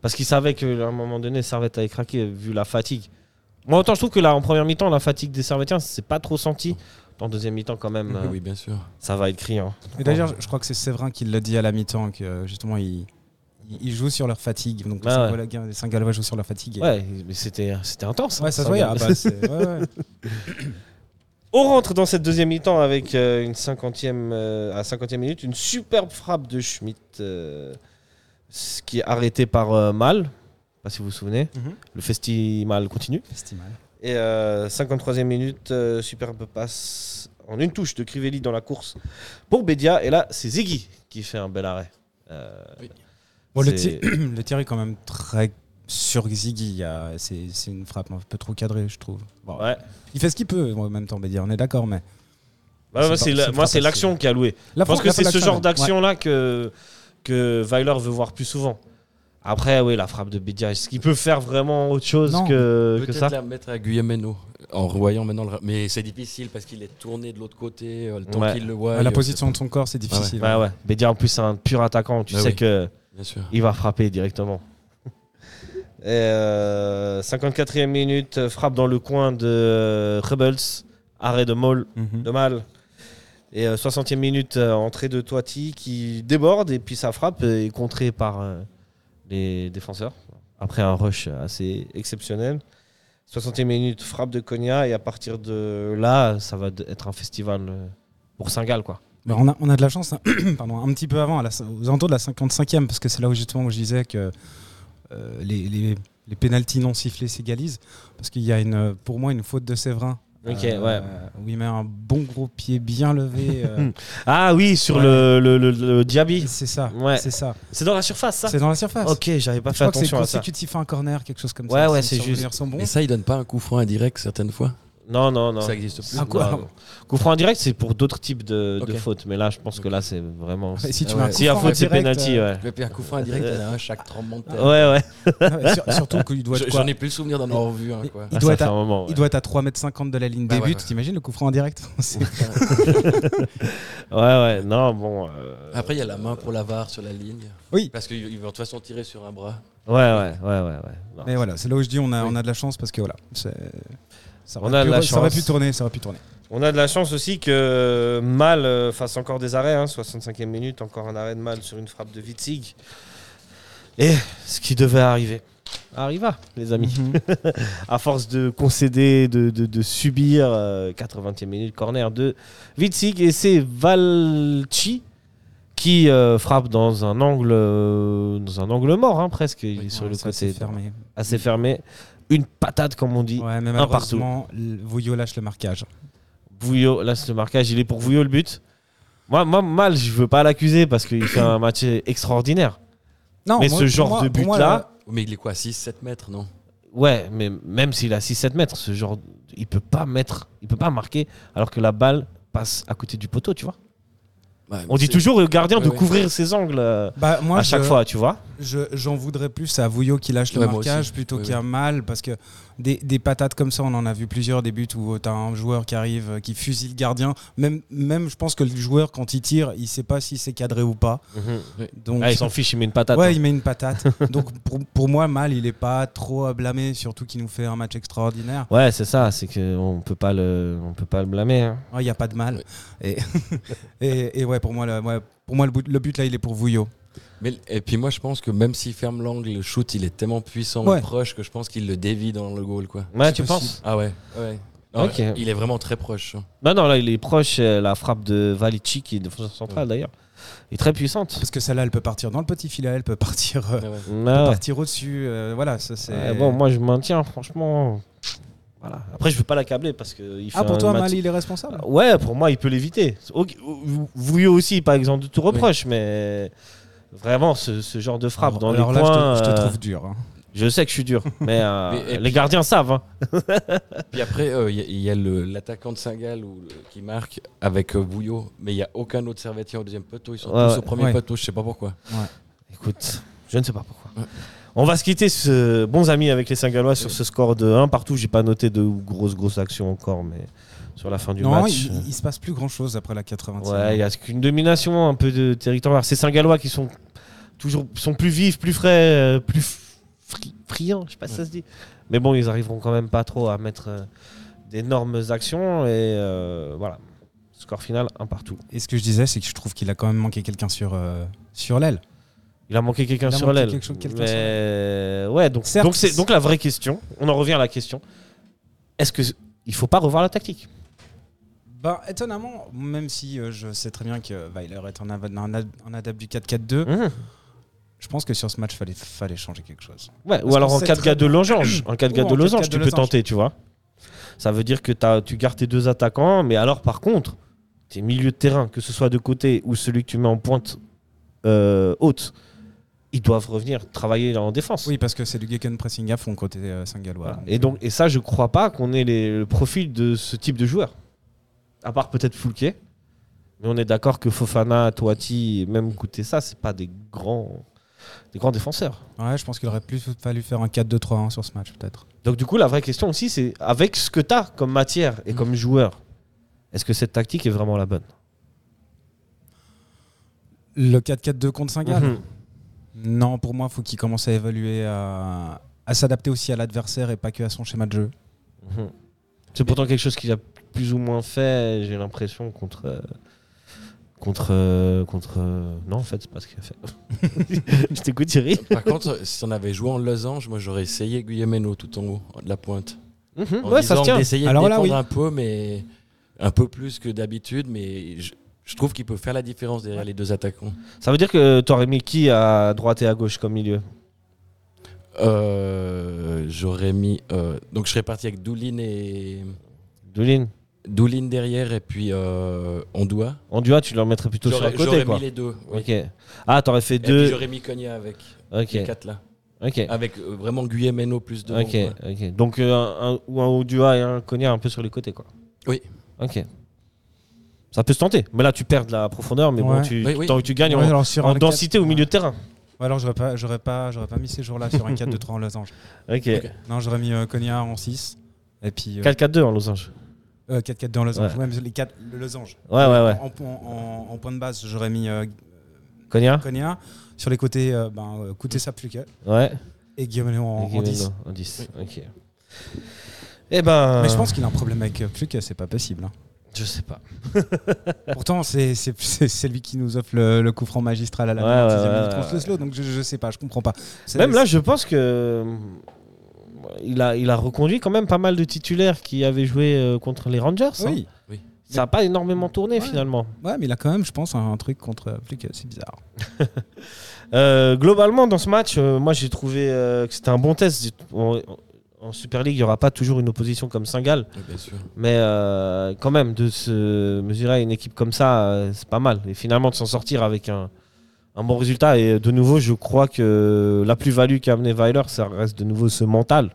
Speaker 5: Parce qu'ils savaient qu'à un moment donné, Servette allait craquer vu la fatigue. Moi, autant je trouve que là, en première mi-temps, la fatigue des Servetiens, c'est pas trop senti. En deuxième mi-temps, quand même, euh,
Speaker 7: Oui, bien sûr.
Speaker 5: ça va être criant.
Speaker 6: Et d'ailleurs, je- je crois que c'est Séverin qui l'a dit à la mi-temps que euh, justement, il. il- il joue sur leur fatigue, donc les
Speaker 5: Ah ouais.
Speaker 6: Saint-Gallois- les Saint-Gallois jouent sur leur fatigue. Et-
Speaker 5: Ouais, mais c'était c'était intense. hein,
Speaker 6: Ouais, ça se
Speaker 5: Saint-Gall.
Speaker 6: voyait. Ah bah, c'est- ouais, ouais.
Speaker 5: On rentre dans cette deuxième mi-temps avec euh, une 50e, euh, à 50e minute, une superbe frappe de Schmitt, euh, ce qui est arrêté par euh, Mal. Je sais Pas si vous vous souvenez.
Speaker 6: Mhm.
Speaker 5: Le festival continue.
Speaker 6: Festival.
Speaker 5: Et euh, 53e minute, euh, superbe passe en une touche de Crivelli dans la course pour Bédia. Et là, c'est Ziggy qui fait un bel arrêt. Euh,
Speaker 6: Bon, le,
Speaker 5: C'est-
Speaker 6: tir, le tir est quand même très sur Ziggy. il y a- C'est c'est une frappe un peu trop cadrée, je trouve. Bon,
Speaker 5: ouais.
Speaker 6: Il fait ce qu'il peut en même temps, Bédia, on est d'accord, mais.
Speaker 5: Ouais, ouais,
Speaker 6: pas-
Speaker 5: c'est la-
Speaker 6: c'est
Speaker 5: Bah, moi,
Speaker 6: pas
Speaker 5: c'est
Speaker 6: facile.
Speaker 5: l'action qui a loué.
Speaker 6: La
Speaker 5: Je pense
Speaker 6: fra-
Speaker 5: que
Speaker 6: la
Speaker 5: c'est ce
Speaker 6: frappe,
Speaker 5: genre
Speaker 6: ouais.
Speaker 5: d'action-là que, que Weiler veut voir plus souvent. Après, oui, la frappe de Bédia, est-ce qu'il peut faire vraiment autre chose
Speaker 6: Non.
Speaker 5: que, que
Speaker 7: Peut-être
Speaker 5: ça
Speaker 7: la mettre à Guyameno en revoyant maintenant le. ra- Mais c'est difficile parce qu'il est tourné de l'autre côté, euh, le temps
Speaker 5: Ouais.
Speaker 7: qu'il le
Speaker 6: Ouais.
Speaker 7: voit.
Speaker 6: Ouais, la
Speaker 7: euh,
Speaker 6: position de son corps, c'est difficile.
Speaker 5: Bah Ouais, ouais. Bédia, en plus, c'est un pur attaquant. Tu
Speaker 7: Ah
Speaker 5: sais
Speaker 7: oui.
Speaker 5: que
Speaker 7: Bien sûr.
Speaker 5: il va frapper directement. Et, euh, 54e minute, euh, frappe dans le coin de euh, Rebels, arrêt de Maul,
Speaker 6: Mhm.
Speaker 5: de Mal. Et euh, 60e minute, euh, entrée de Toiti qui déborde et puis sa frappe est contrée par euh, les défenseurs. Après un rush assez exceptionnel. 60e minute, frappe de Konya et à partir de là, ça va d- être un festival euh, pour Saint-Gall quoi.
Speaker 6: Bah, on, a, on a de la chance, hein, pardon, un petit peu avant, à la- aux alentours de la 55e, parce que c'est là où justement où je disais que euh, les, les, les pénalties non sifflés s'égalisent, parce qu'il y a une, pour moi une faute de Séverin.
Speaker 5: Ok,
Speaker 6: euh,
Speaker 5: ouais.
Speaker 6: Où il met un bon gros pied bien levé. euh,
Speaker 5: Ah oui, sur
Speaker 6: Ouais.
Speaker 5: le, le, le- le Diaby.
Speaker 6: c'est ça.
Speaker 5: Ouais.
Speaker 6: C'est ça.
Speaker 5: C'est dans la surface ça
Speaker 6: C'est dans la surface.
Speaker 5: Ok, j'avais pas
Speaker 6: Je
Speaker 5: fait
Speaker 6: crois que c'est
Speaker 5: attention à ça.
Speaker 6: consécutif à un corner, quelque chose comme
Speaker 5: Ouais,
Speaker 6: ça.
Speaker 5: ouais,
Speaker 6: si
Speaker 5: c'est
Speaker 6: mes
Speaker 5: juste.
Speaker 6: souvenirs sont bons.
Speaker 7: Et ça, il donne pas un coup franc indirect certaines fois
Speaker 5: Non, non, non.
Speaker 7: Ça existe plus.
Speaker 6: Ah, quoi
Speaker 5: Non, non. Coup franc en direct, c'est pour d'autres types de, de
Speaker 7: Ok.
Speaker 5: fautes. Mais là, je pense que là, c'est vraiment.
Speaker 6: Et si tu
Speaker 7: Ah
Speaker 6: mets un
Speaker 7: ouais.
Speaker 6: coup
Speaker 5: Si, à
Speaker 6: franc
Speaker 5: faute, c'est
Speaker 6: direct,
Speaker 5: penalty,
Speaker 6: euh,
Speaker 5: ouais.
Speaker 7: Et puis un coup franc indirect, il y en a un chaque tremblement de terre.
Speaker 5: Ouais, ouais.
Speaker 6: non, mais sur- surtout qu'il doit
Speaker 7: Je-
Speaker 6: être quoi
Speaker 7: J'en ai plus le souvenir d'en avoir vu un. hein, Quoi.
Speaker 6: Il
Speaker 5: Ah,
Speaker 6: doit
Speaker 5: ça
Speaker 6: être
Speaker 5: fait
Speaker 6: à-
Speaker 5: un moment.
Speaker 6: Il
Speaker 5: ouais. Ah
Speaker 6: doit être à 3,50 m de la ligne des
Speaker 7: Ouais, ouais,
Speaker 6: buts.
Speaker 7: ouais.
Speaker 6: T'imagines le coup franc en direct C'est-
Speaker 5: Ouais, ouais. Non, bon. euh,
Speaker 7: Après, il y a la main pour l'avare sur la ligne.
Speaker 6: Oui.
Speaker 7: Parce qu'il va de toute façon tirer sur un bras.
Speaker 5: Ouais, ouais, ouais, ouais. ouais. Non.
Speaker 6: Mais voilà, c'est là où je dis on a,
Speaker 7: Oui.
Speaker 6: on a de la chance parce que voilà. c'est- Ça
Speaker 5: On a
Speaker 6: pu,
Speaker 5: de la
Speaker 6: ça aurait
Speaker 5: chance.
Speaker 6: pu tourner, ça aurait pu tourner.
Speaker 5: On a de la chance aussi que Mal euh, fasse encore des arrêts. hein, 65e minute, encore un arrêt de Mal sur une frappe de Witzig. Et ce qui devait arriver arriva, les amis. à force de concéder, de, de- de subir, euh, 80e minute, corner de Witzig. Et c'est Valci qui euh, frappe dans un angle, euh, dans un angle mort, hein, presque. Il est sur le
Speaker 6: Ouais, ça, c'est
Speaker 5: côté
Speaker 6: fermé.
Speaker 5: assez fermé. Une patate, comme on dit.
Speaker 6: Ouais, mais
Speaker 5: partout.
Speaker 6: malheureusement, le- Vouillot lâche le marquage.
Speaker 5: Vouillot, là, c'est le marquage. Il est pour Vouillot le but. Moi, moi mal, je veux pas l'accuser parce qu'il fait un match extraordinaire.
Speaker 6: Non,
Speaker 5: mais
Speaker 6: moi-
Speaker 5: ce
Speaker 6: pour
Speaker 5: genre
Speaker 6: moi-
Speaker 5: de
Speaker 6: pour moi,
Speaker 5: but-là,
Speaker 7: Mais il est quoi 6-7 mètres, non
Speaker 5: ouais, mais même s'il a 6-7 mètres, ce genre, il peut pas mettre, il peut pas marquer alors que la balle passe à côté du poteau, tu vois.
Speaker 7: Ouais,
Speaker 5: On dit
Speaker 7: c'est-
Speaker 5: toujours au gardien de
Speaker 7: Ouais, ouais.
Speaker 5: couvrir ses angles euh,
Speaker 6: Bah, moi,
Speaker 5: à chaque
Speaker 6: je-
Speaker 5: fois, tu vois.
Speaker 6: Je- J'en voudrais plus à Vouillot qui lâche le
Speaker 7: Ouais, moi
Speaker 6: marquage
Speaker 7: aussi.
Speaker 6: plutôt
Speaker 7: Oui,
Speaker 6: qu'à Mal parce que des, des patates comme ça, on en a vu plusieurs des buts où tu as un joueur qui arrive, euh, qui fusille le gardien. Même, même je pense que le joueur, quand il tire, il sait pas si c'est cadré ou pas. Donc,
Speaker 5: Ah, il s'en fiche, il met une patate.
Speaker 6: Mhm. ouais,
Speaker 5: hein.
Speaker 6: il met une patate. Donc pour, pour moi, Mal, il est pas trop à blâmer, surtout qu'il nous fait un match extraordinaire.
Speaker 5: Ouais, c'est ça, c'est qu'on peut pas le, on peut pas le blâmer. hein.
Speaker 6: Il n'y a pas de mal. Et, et, et ouais, pour moi, le, ouais, pour moi, le, but, le but là, il est pour Vouillot.
Speaker 7: Mais, et puis moi, je pense que même s'il ferme l'angle, le shoot, il est tellement puissant
Speaker 6: Ouais.
Speaker 7: et proche que je pense qu'il le dévie dans le goal, quoi.
Speaker 5: Ouais, tu
Speaker 6: possible.
Speaker 5: penses
Speaker 7: Ah ouais Ouais. Non,
Speaker 5: Ok.
Speaker 7: Il est vraiment très proche. hein.
Speaker 5: Non, non, là, il est proche. euh, La frappe de Valici, qui est défenseur central d'ailleurs, est très puissante.
Speaker 6: Parce que celle-là, elle peut partir dans le petit filet, elle peut partir. euh,
Speaker 7: Ouais, ouais.
Speaker 5: Ah Ouais.
Speaker 6: partir au-dessus. euh, voilà, ça c'est.
Speaker 5: Ouais, bon, moi je maintiens, franchement. Voilà. Après, je veux pas l'accabler parce que il fait
Speaker 6: ah, pour
Speaker 5: un
Speaker 6: toi,
Speaker 5: match- Ah,
Speaker 6: Mali, il est responsable
Speaker 5: Ouais, pour moi, il peut l'éviter. Ok, Vou- Vouillot aussi, pas exemple de tout reproche, mais vraiment, ce, ce genre de frappe dans
Speaker 6: Alors
Speaker 5: les
Speaker 6: là,
Speaker 5: coins.
Speaker 6: je, te, je te
Speaker 5: euh,
Speaker 6: trouve dur. hein.
Speaker 5: Je sais que je suis dur, mais, euh,
Speaker 7: Mais, et
Speaker 5: les
Speaker 7: puis-
Speaker 5: gardiens savent. hein.
Speaker 7: Puis après, euh, il y a- il y a, le- l'attaquant de Saint-Gall ou le- qui marque avec euh, Bouillot, mais il n'y a aucun autre Servetien au deuxième poteau. Ils sont
Speaker 5: Ouais,
Speaker 7: tous
Speaker 5: ouais.
Speaker 7: au premier
Speaker 6: Ouais.
Speaker 7: poteau, je sais pas pourquoi.
Speaker 5: Écoute, je ne sais pas pourquoi.
Speaker 7: Ouais.
Speaker 5: On va se quitter, ce bons amis, avec les Saint-Gallois sur ce score de 1 partout. J'ai pas noté de grosses grosses actions encore, mais sur la fin du
Speaker 6: Non,
Speaker 5: match.
Speaker 6: il, il se passe plus grand chose après la 80e.
Speaker 5: Ouais, il y a qu'une domination un peu de territoire. Ces Saint-Gallois qui sont toujours sont plus vifs, plus frais, euh, plus fri- friands, je sais pas si ça se dit. Mais bon, ils arriveront quand même pas trop à mettre euh, d'énormes actions et euh, voilà. Score final un partout.
Speaker 6: Et ce que je disais, c'est que je trouve qu'il a quand même manqué quelqu'un sur, euh, sur l'aile.
Speaker 5: Il a manqué quelqu'un
Speaker 6: Il a
Speaker 5: sur
Speaker 6: manqué
Speaker 5: l'aile.
Speaker 6: quelque chose- quelqu'un
Speaker 5: Mais-
Speaker 6: sur
Speaker 5: ouais, donc
Speaker 6: Certes,
Speaker 5: donc c'est
Speaker 6: c'est-
Speaker 5: donc la vraie question. On en revient à la question. Est-ce que il faut pas revoir la tactique
Speaker 6: Bah, étonnamment, même si euh, je sais très bien que Weiler est un, av- un ad- un adepte du 4-4-2,
Speaker 5: Mhm.
Speaker 6: je pense que sur ce match, fallait, fallait changer quelque chose.
Speaker 5: Ouais,
Speaker 6: Parce
Speaker 5: ou alors
Speaker 6: qu'on
Speaker 5: en
Speaker 6: sait
Speaker 5: 4
Speaker 6: très
Speaker 5: gars de losange. En 4
Speaker 6: Ou
Speaker 5: gars
Speaker 6: en
Speaker 5: de
Speaker 6: quatre
Speaker 5: losange,
Speaker 6: gars de
Speaker 5: tu peux
Speaker 6: losange.
Speaker 5: tenter, tu vois. Ça veut dire que t'as- tu gardes tes deux attaquants, mais alors par contre, tes milieux de terrain, que ce soit de côté ou celui que tu mets en pointe euh, haute, ils doivent revenir travailler en défense.
Speaker 6: Oui, parce que c'est du Gekken pressing à fond côté euh, Saint-Gallois.
Speaker 5: Voilà. Et donc, et ça, je crois pas qu'on ait les- le profil de ce type de joueur. À part peut-être Foulquet. Mais on est d'accord que Fofana, Toati, même Koutessa, c'est pas des grands, des grands défenseurs.
Speaker 6: Ouais, je pense qu'il aurait plus fallu faire un 4-2-3-1 sur ce match, peut-être.
Speaker 5: Donc du coup, la vraie question aussi, c'est avec ce que tu as comme matière et comme joueur, est-ce que cette tactique est vraiment la bonne
Speaker 6: Le 4-4-2 contre Saint-Gall
Speaker 5: Mhm.
Speaker 6: Non, pour moi, faut qu'il commence à évaluer, à, à s'adapter aussi à l'adversaire et pas que à son schéma de jeu.
Speaker 5: Mhm. C'est pourtant quelque chose qu'il a plus ou moins fait, j'ai l'impression, contre... euh, Contre... euh, contre euh, non, en fait, c'est pas ce qu'il a fait. Je t'écoute, Thierry.
Speaker 7: Par contre, si on avait joué en losange, moi j'aurais essayé Guillemeno tout en haut de la pointe.
Speaker 5: Mhm.
Speaker 7: En
Speaker 5: Ouais, ça se
Speaker 7: disant
Speaker 5: tient.
Speaker 7: d'essayer
Speaker 6: Alors
Speaker 7: de
Speaker 6: là,
Speaker 7: défendre
Speaker 6: oui.
Speaker 7: un peu, mais un peu plus que d'habitude, mais je, je trouve qu'il peut faire la différence derrière les deux attaquants.
Speaker 5: Ça veut dire que t'aurais mis qui à droite et à gauche comme milieu
Speaker 7: Euh, J'aurais mis. euh, donc je serais parti avec Doulin et.
Speaker 5: Doulin
Speaker 7: Doulin derrière et puis euh, Ondoa.
Speaker 5: En duo, tu le remettrais plutôt sur
Speaker 7: J'aurais
Speaker 5: un côté,
Speaker 7: j'aurais
Speaker 5: quoi.
Speaker 7: mis les deux. oui.
Speaker 5: Ok. Ah, t'aurais fait
Speaker 7: Et puis
Speaker 5: deux...
Speaker 7: j'aurais mis Cogna avec
Speaker 5: Ok,
Speaker 7: les quatre là.
Speaker 5: ok.
Speaker 7: Avec euh, vraiment Guillemeno plus de.
Speaker 5: Ok, ok. Donc euh, un, un- ou un Odua et un Konya un peu sur les côtés, quoi.
Speaker 7: Oui.
Speaker 5: Ok. Ça peut se tenter. Mais là, tu perds de la profondeur, mais bon,
Speaker 6: Ouais.
Speaker 5: tu,
Speaker 7: Oui, oui.
Speaker 5: tant que tu gagnes en-
Speaker 6: Ouais, alors sur
Speaker 5: en,
Speaker 6: un
Speaker 5: densité
Speaker 6: 4
Speaker 5: au milieu de terrain.
Speaker 6: Ouais, alors j'aurais pas, j'aurais pas, j'aurais pas mis ces jours-là sur un 4-2-3 en losange.
Speaker 5: Ok.
Speaker 7: Ok.
Speaker 6: Non, j'aurais mis euh, Konya en 6 et puis euh,
Speaker 5: 4-4-2 en losange.
Speaker 6: euh, 4-4 dans losange.
Speaker 5: Ouais.
Speaker 6: Ouais, mais les 4, le losange.
Speaker 5: Ouais, ouais, ouais.
Speaker 6: En, en- en- en point de base, j'aurais mis euh,
Speaker 5: Konya
Speaker 6: Konya. Sur les côtés, euh, ben, euh, Kutesa Pluquet
Speaker 5: Ouais.
Speaker 6: et Guillaume en, en
Speaker 5: Ok, mais
Speaker 6: 10.
Speaker 5: non, En 10. Ok. Eh ben.
Speaker 6: Mais je pense qu'il a un problème avec euh, Pluquet, c'est pas possible. hein.
Speaker 5: Je sais pas.
Speaker 6: Pourtant, c'est c'est- c'est- c'est lui qui nous offre le, le coup franc magistral à la
Speaker 5: Ouais,
Speaker 6: 26e
Speaker 5: ouais,
Speaker 6: minute
Speaker 5: ouais,
Speaker 6: contre
Speaker 5: ouais.
Speaker 6: le slow, donc je, je sais pas, je comprends pas. C'est-
Speaker 5: Même là, je pense que. euh, Il a, il a reconduit quand même pas mal de titulaires qui avaient joué euh, contre les Rangers. hein.
Speaker 6: Oui,
Speaker 5: Ça n'a pas énormément tourné
Speaker 6: Ouais.
Speaker 5: finalement.
Speaker 6: ouais, mais il a quand même, je pense, un, un truc contre euh, Pluquet, c'est bizarre.
Speaker 5: Euh, globalement, dans ce match, euh, moi j'ai trouvé euh, que c'était un bon test. En, en Super League, il n'y aura pas toujours une opposition comme Singal,
Speaker 7: Oui, bien sûr.
Speaker 5: mais euh, quand même, de se mesurer à une équipe comme ça, euh, c'est pas mal. Et finalement, de s'en sortir avec un, un bon résultat. Et de nouveau, je crois que la plus-value qu'a amené Weiler, ça reste de nouveau ce mental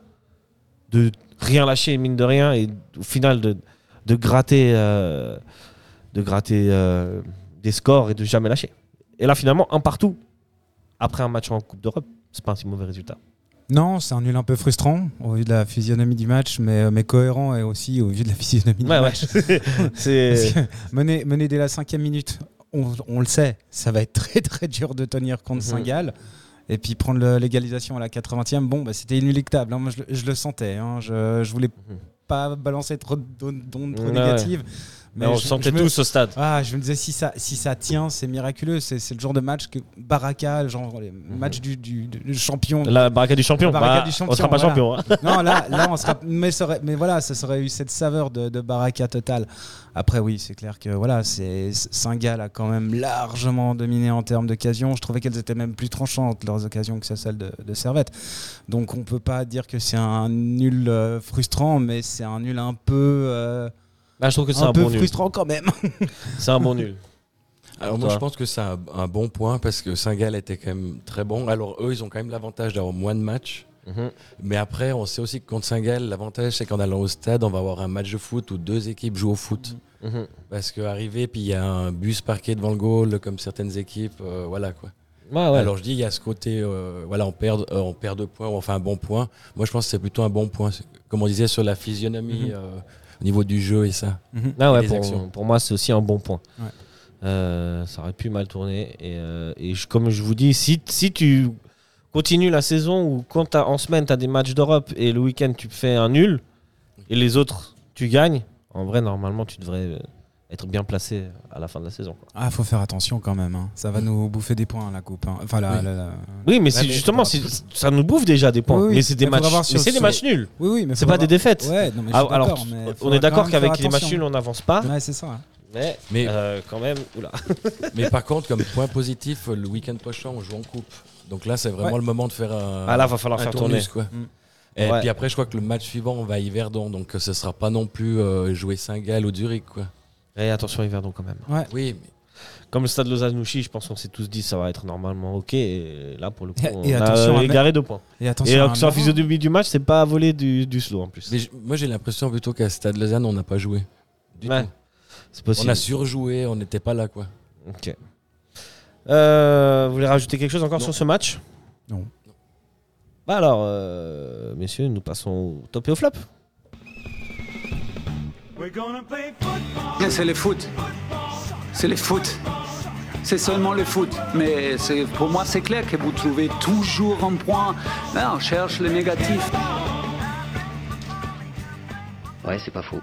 Speaker 5: de rien lâcher, mine de rien, et au final de, de gratter, euh, de gratter euh, des scores et de jamais lâcher. Et là, finalement, un partout après un match en Coupe d'Europe, c'est pas un si mauvais résultat.
Speaker 6: Non, c'est un nul un peu frustrant au vu de la physionomie du match, mais, euh, mais cohérent et aussi au vu de la physionomie du
Speaker 5: Ouais, ouais.
Speaker 6: match. Parce
Speaker 5: c'est.
Speaker 6: que mener, mener dès la cinquième minute, on, on le sait, ça va être très très dur de tenir contre
Speaker 5: Mhm.
Speaker 6: Saint-Gall. Et puis prendre le- l'égalisation à la 80e, bon, bah, c'était inéluctable. hein. Moi, je, le- je le sentais. hein. Je, je voulais
Speaker 5: Mhm.
Speaker 6: pas balancer trop d'ondes d'ondes trop
Speaker 5: Ouais,
Speaker 6: négatives.
Speaker 5: Mais on
Speaker 6: je-
Speaker 5: le sentait
Speaker 6: je me-
Speaker 5: tous euh, au stade.
Speaker 6: Ah, je me disais, si ça, si ça tient, c'est miraculeux. C'est c'est le genre de match que Baraka, genre les
Speaker 5: Mhm.
Speaker 6: match du, du- du champion.
Speaker 5: La barricade du champion.
Speaker 6: La barricade
Speaker 5: Bah,
Speaker 6: du champion,
Speaker 5: on sera pas
Speaker 6: voilà.
Speaker 5: champion. hein.
Speaker 6: Non, là, là on sera. Mais, ça aurait- mais voilà, ça aurait eu cette saveur de, de baraka totale. Après, oui, c'est clair que voilà, c'est Singal a quand même largement dominé en termes d'occasions. Je trouvais qu'elles étaient même plus tranchantes, leurs occasions, que celles de, de Servette. Donc, on peut pas dire que c'est un nul euh, frustrant, mais c'est un nul un peu. euh,
Speaker 5: Bah, je trouve que c'est
Speaker 6: un,
Speaker 5: un,
Speaker 6: peu
Speaker 5: bon nul.
Speaker 6: frustrant quand même.
Speaker 5: C'est un bon nul.
Speaker 7: Alors moi
Speaker 5: Toi.
Speaker 7: je pense que c'est un, un bon point parce que Saint-Gall était quand même très bon. Alors eux ils ont quand même l'avantage d'avoir moins de matchs.
Speaker 5: Mhm.
Speaker 7: Mais après, on sait aussi que contre Saint-Gall, l'avantage, c'est qu'en allant au stade, on va avoir un match de foot où deux équipes jouent au foot.
Speaker 5: Mhm.
Speaker 7: Parce qu'arriver, puis il y a un bus parqué devant le goal, comme certaines équipes. euh, voilà quoi.
Speaker 5: Bah, Ah Ouais, ouais.
Speaker 7: Alors je dis, il y a ce côté, euh, voilà, on perd, euh, on perd deux points, on fait un bon point. Moi, je pense que c'est plutôt un bon point. C'est- Comme on disait sur la
Speaker 5: Mhm.
Speaker 7: physionomie, euh, au niveau du jeu et ça.
Speaker 5: Ah ouais,
Speaker 7: les
Speaker 5: pour,
Speaker 7: actions.
Speaker 5: pour moi, c'est aussi un bon point.
Speaker 6: Ouais.
Speaker 5: Euh, ça aurait pu mal tourner. Et, euh, et je- comme je vous dis, si, si tu continues la saison ou quand t'as- en semaine, tu as des matchs d'Europe et le week-end, tu fais un nul et les autres, tu gagnes, en vrai, normalement, tu devrais euh, être bien placé à la fin de la saison. quoi.
Speaker 6: Ah, faut faire attention quand même. hein. Ça va nous bouffer des points, la coupe. hein. Enfin, la,
Speaker 7: Oui.
Speaker 6: la- la-
Speaker 5: Oui, mais c'est
Speaker 6: mais-
Speaker 5: justement, c'est- ça nous bouffe déjà des points.
Speaker 6: Oui, oui.
Speaker 5: Mais c'est des,
Speaker 6: Mais faudra
Speaker 5: matchs,
Speaker 6: voir si
Speaker 5: mais
Speaker 6: on
Speaker 5: c'est des
Speaker 6: se-
Speaker 5: matchs nuls.
Speaker 6: Oui, oui, mais
Speaker 5: C'est
Speaker 6: faut
Speaker 5: pas des
Speaker 6: avoir-
Speaker 5: défaites.
Speaker 6: Ouais, non, mais je suis
Speaker 5: Ah, alors,
Speaker 6: d'accord, mais
Speaker 5: on
Speaker 6: faudra
Speaker 5: est d'accord
Speaker 6: quand même faire
Speaker 5: qu'avec les matchs
Speaker 6: attention.
Speaker 5: nuls, on n'avance pas.
Speaker 6: Ouais, c'est ça. hein.
Speaker 5: Mais,
Speaker 7: Mais-
Speaker 5: euh, quand même, oula.
Speaker 7: Mais par contre, comme point positif, euh, le week-end prochain, on joue en coupe. Donc là, c'est vraiment
Speaker 6: Ouais.
Speaker 7: le moment de faire un.
Speaker 5: Ah là, va falloir
Speaker 7: un
Speaker 5: faire tourner. Mhm.
Speaker 7: tournus, quoi.
Speaker 6: Mm.
Speaker 7: Et
Speaker 5: Ouais.
Speaker 7: puis après, je crois que le match suivant, on va à Yverdon, donc euh, ce sera pas non plus euh, jouer Saint-Gall ou Zurich, quoi.
Speaker 5: Et Eh, attention, Yverdon quand même.
Speaker 7: Oui, mais
Speaker 5: Comme le stade Lausanne-Ouchy, je pense qu'on s'est tous dit ça va être normalement ok. Et là, pour le coup,
Speaker 6: Et-
Speaker 5: on
Speaker 6: et attention
Speaker 5: a
Speaker 6: à
Speaker 5: égaré deux points.
Speaker 6: Et attention.
Speaker 5: Et
Speaker 6: à
Speaker 5: alors que
Speaker 6: un
Speaker 5: sur la
Speaker 6: moment.
Speaker 5: physionomie du match, c'est pas à voler du, du slow en plus.
Speaker 7: Mais j- moi, j'ai l'impression plutôt qu'à Stade Lausanne, on n'a pas joué. Du
Speaker 5: Ouais,
Speaker 7: tout.
Speaker 5: c'est
Speaker 7: On
Speaker 5: possible.
Speaker 7: a surjoué, on n'était pas là, quoi.
Speaker 5: Ok. Euh, vous voulez rajouter quelque chose encore
Speaker 7: Non.
Speaker 5: sur ce match
Speaker 6: Non.
Speaker 5: Bah alors, euh, messieurs, nous passons au top et au flop.
Speaker 1: C'est le foot. C'est le foot. C'est seulement le foot. Mais c'est- pour moi, c'est clair que vous trouvez toujours un point. Là, on cherche le négatif.
Speaker 8: Ouais, c'est pas faux.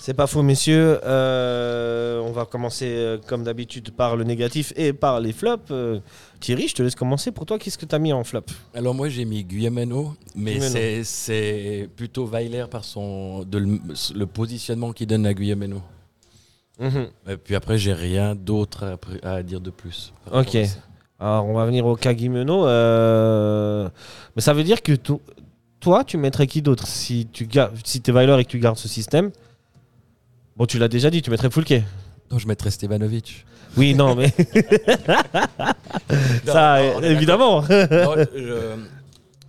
Speaker 5: C'est pas faux, messieurs. Euh, on va commencer euh, comme d'habitude par le négatif et par les flops. Euh, Thierry, je te laisse commencer. Pour toi, qu'est-ce que t'as mis en flop
Speaker 7: Alors moi, j'ai mis Guillemeno, mais
Speaker 5: Guillemeno.
Speaker 7: c'est- c'est plutôt Weiler par son, de le, le positionnement qu'il donne à Guillemeno.
Speaker 5: Mhm.
Speaker 7: Et puis après, j'ai rien d'autre à, pré- à dire de plus. par rapport
Speaker 5: Ok.
Speaker 7: à ça.
Speaker 5: Alors, on va venir au cas Guimeno. euh, Mais ça veut dire que to- toi, tu mettrais qui d'autre si tu ga- si t'es Weiler et que tu gardes ce système Bon, tu l'as déjà dit, tu mettrais Fulke.
Speaker 7: Non, je mettrais Stevanovic.
Speaker 5: Oui, non, mais ça, euh,
Speaker 7: Non, non, on est
Speaker 5: évidemment.
Speaker 7: d'accord. Non, je,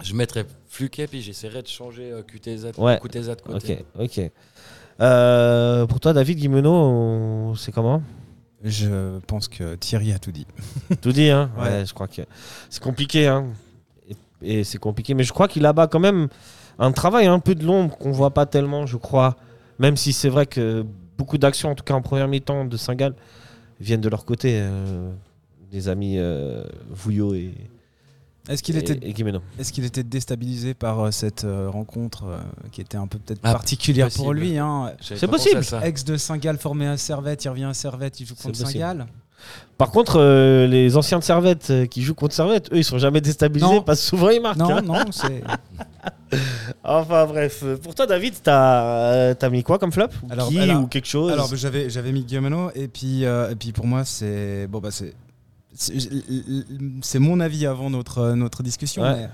Speaker 7: je mettrais Fluquet, puis j'essaierais de changer euh, QTZ,
Speaker 5: Ouais.
Speaker 7: QTZ de côté.
Speaker 5: ok, ok. Euh, pour toi, David Guimeno, on- c'est comment
Speaker 6: Je pense que Thierry a tout dit.
Speaker 5: Tout dit, hein ouais.
Speaker 6: Ouais.
Speaker 5: je crois que c'est compliqué. Hein et, et c'est compliqué. Mais je crois qu'il a bas quand même un travail hein. un peu de l'ombre qu'on voit pas tellement, je crois. Même si c'est vrai que beaucoup d'actions, en tout cas en première mi-temps de Saint-Gall, viennent de leur côté. euh, des amis euh, Vouillot et,
Speaker 6: Est-ce qu'il
Speaker 5: et-
Speaker 6: était,
Speaker 5: et Guimeno.
Speaker 6: est-ce qu'il était déstabilisé par euh, cette euh, rencontre euh, qui était un peu peut-être
Speaker 7: Ah,
Speaker 6: particulière pour
Speaker 7: possible.
Speaker 6: lui hein.
Speaker 7: J'avais
Speaker 5: C'est
Speaker 7: pas pensé à
Speaker 5: possible.
Speaker 7: ça.
Speaker 6: Ex de Saint-Gall formé à Servette, il revient à Servette, il joue contre
Speaker 5: C'est possible.
Speaker 6: Saint-Gall.
Speaker 5: Par contre, euh, les anciens de Servette euh, qui jouent contre Servette, eux, ils sont jamais déstabilisés
Speaker 6: Non.
Speaker 5: parce que souvent ils marquent.
Speaker 6: Non,
Speaker 5: hein.
Speaker 6: non, c'est.
Speaker 5: Enfin bref, pour toi, David, t'as euh, t'as mis quoi comme flop Ou
Speaker 6: Alors,
Speaker 5: Qui
Speaker 6: alors-
Speaker 5: ou quelque chose
Speaker 6: Alors bah, j'avais j'avais mis Guillemeno et puis euh, et puis pour moi c'est bon bah c'est c'est c'est mon avis avant notre euh, notre discussion
Speaker 5: Ouais.
Speaker 6: mais,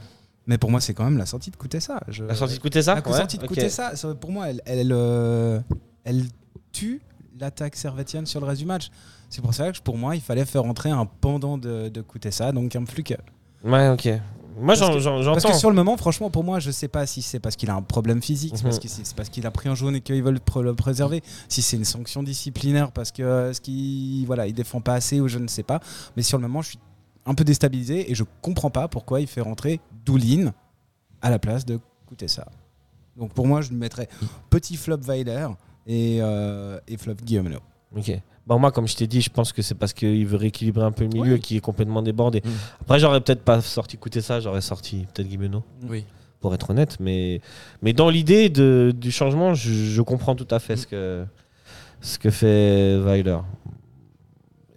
Speaker 6: mais pour moi c'est quand même la sortie de coûter ça. Je-
Speaker 5: La sortie de coûter ça
Speaker 6: La
Speaker 5: ouais,
Speaker 6: sortie de
Speaker 5: ok.
Speaker 6: Kutesa, ça, pour moi, elle, elle, euh, elle tue l'attaque servétienne sur le reste du match. C'est pour ça que pour moi, il fallait faire entrer un pendant de, de Kutesa, donc un fluke.
Speaker 5: Ouais, ok. Moi,
Speaker 6: Parce
Speaker 5: j'en-
Speaker 6: que-
Speaker 5: j'en-
Speaker 6: Parce
Speaker 5: j'entends.
Speaker 6: que sur le moment, franchement, pour moi, je sais pas si c'est parce qu'il a un problème physique, c'est
Speaker 5: Mhm.
Speaker 6: parce que c'est c'est parce qu'il a pris un jaune et qu'ils veulent pr- le préserver, si c'est une sanction disciplinaire parce que euh, ce qui voilà, il défend pas assez ou je ne sais pas. Mais sur le moment, je suis un peu déstabilisé et je comprends pas pourquoi il fait rentrer Doulin à la place de Kutesa. Donc pour moi, je mettrais petit flop Weiler et, euh, et flop Guillaume Leno.
Speaker 5: Ok. Bah, moi, comme je t'ai dit, je pense que c'est parce qu'il veut rééquilibrer un peu le milieu qui est complètement débordé.
Speaker 7: Mm.
Speaker 5: Après, j'aurais peut-être pas sorti coûter ça, j'aurais sorti peut-être Guimeno.
Speaker 7: Oui.
Speaker 5: Pour être honnête, mais, mais dans l'idée de- du changement, je, je comprends tout à
Speaker 6: Mm.
Speaker 5: fait ce que, ce que fait Weiler.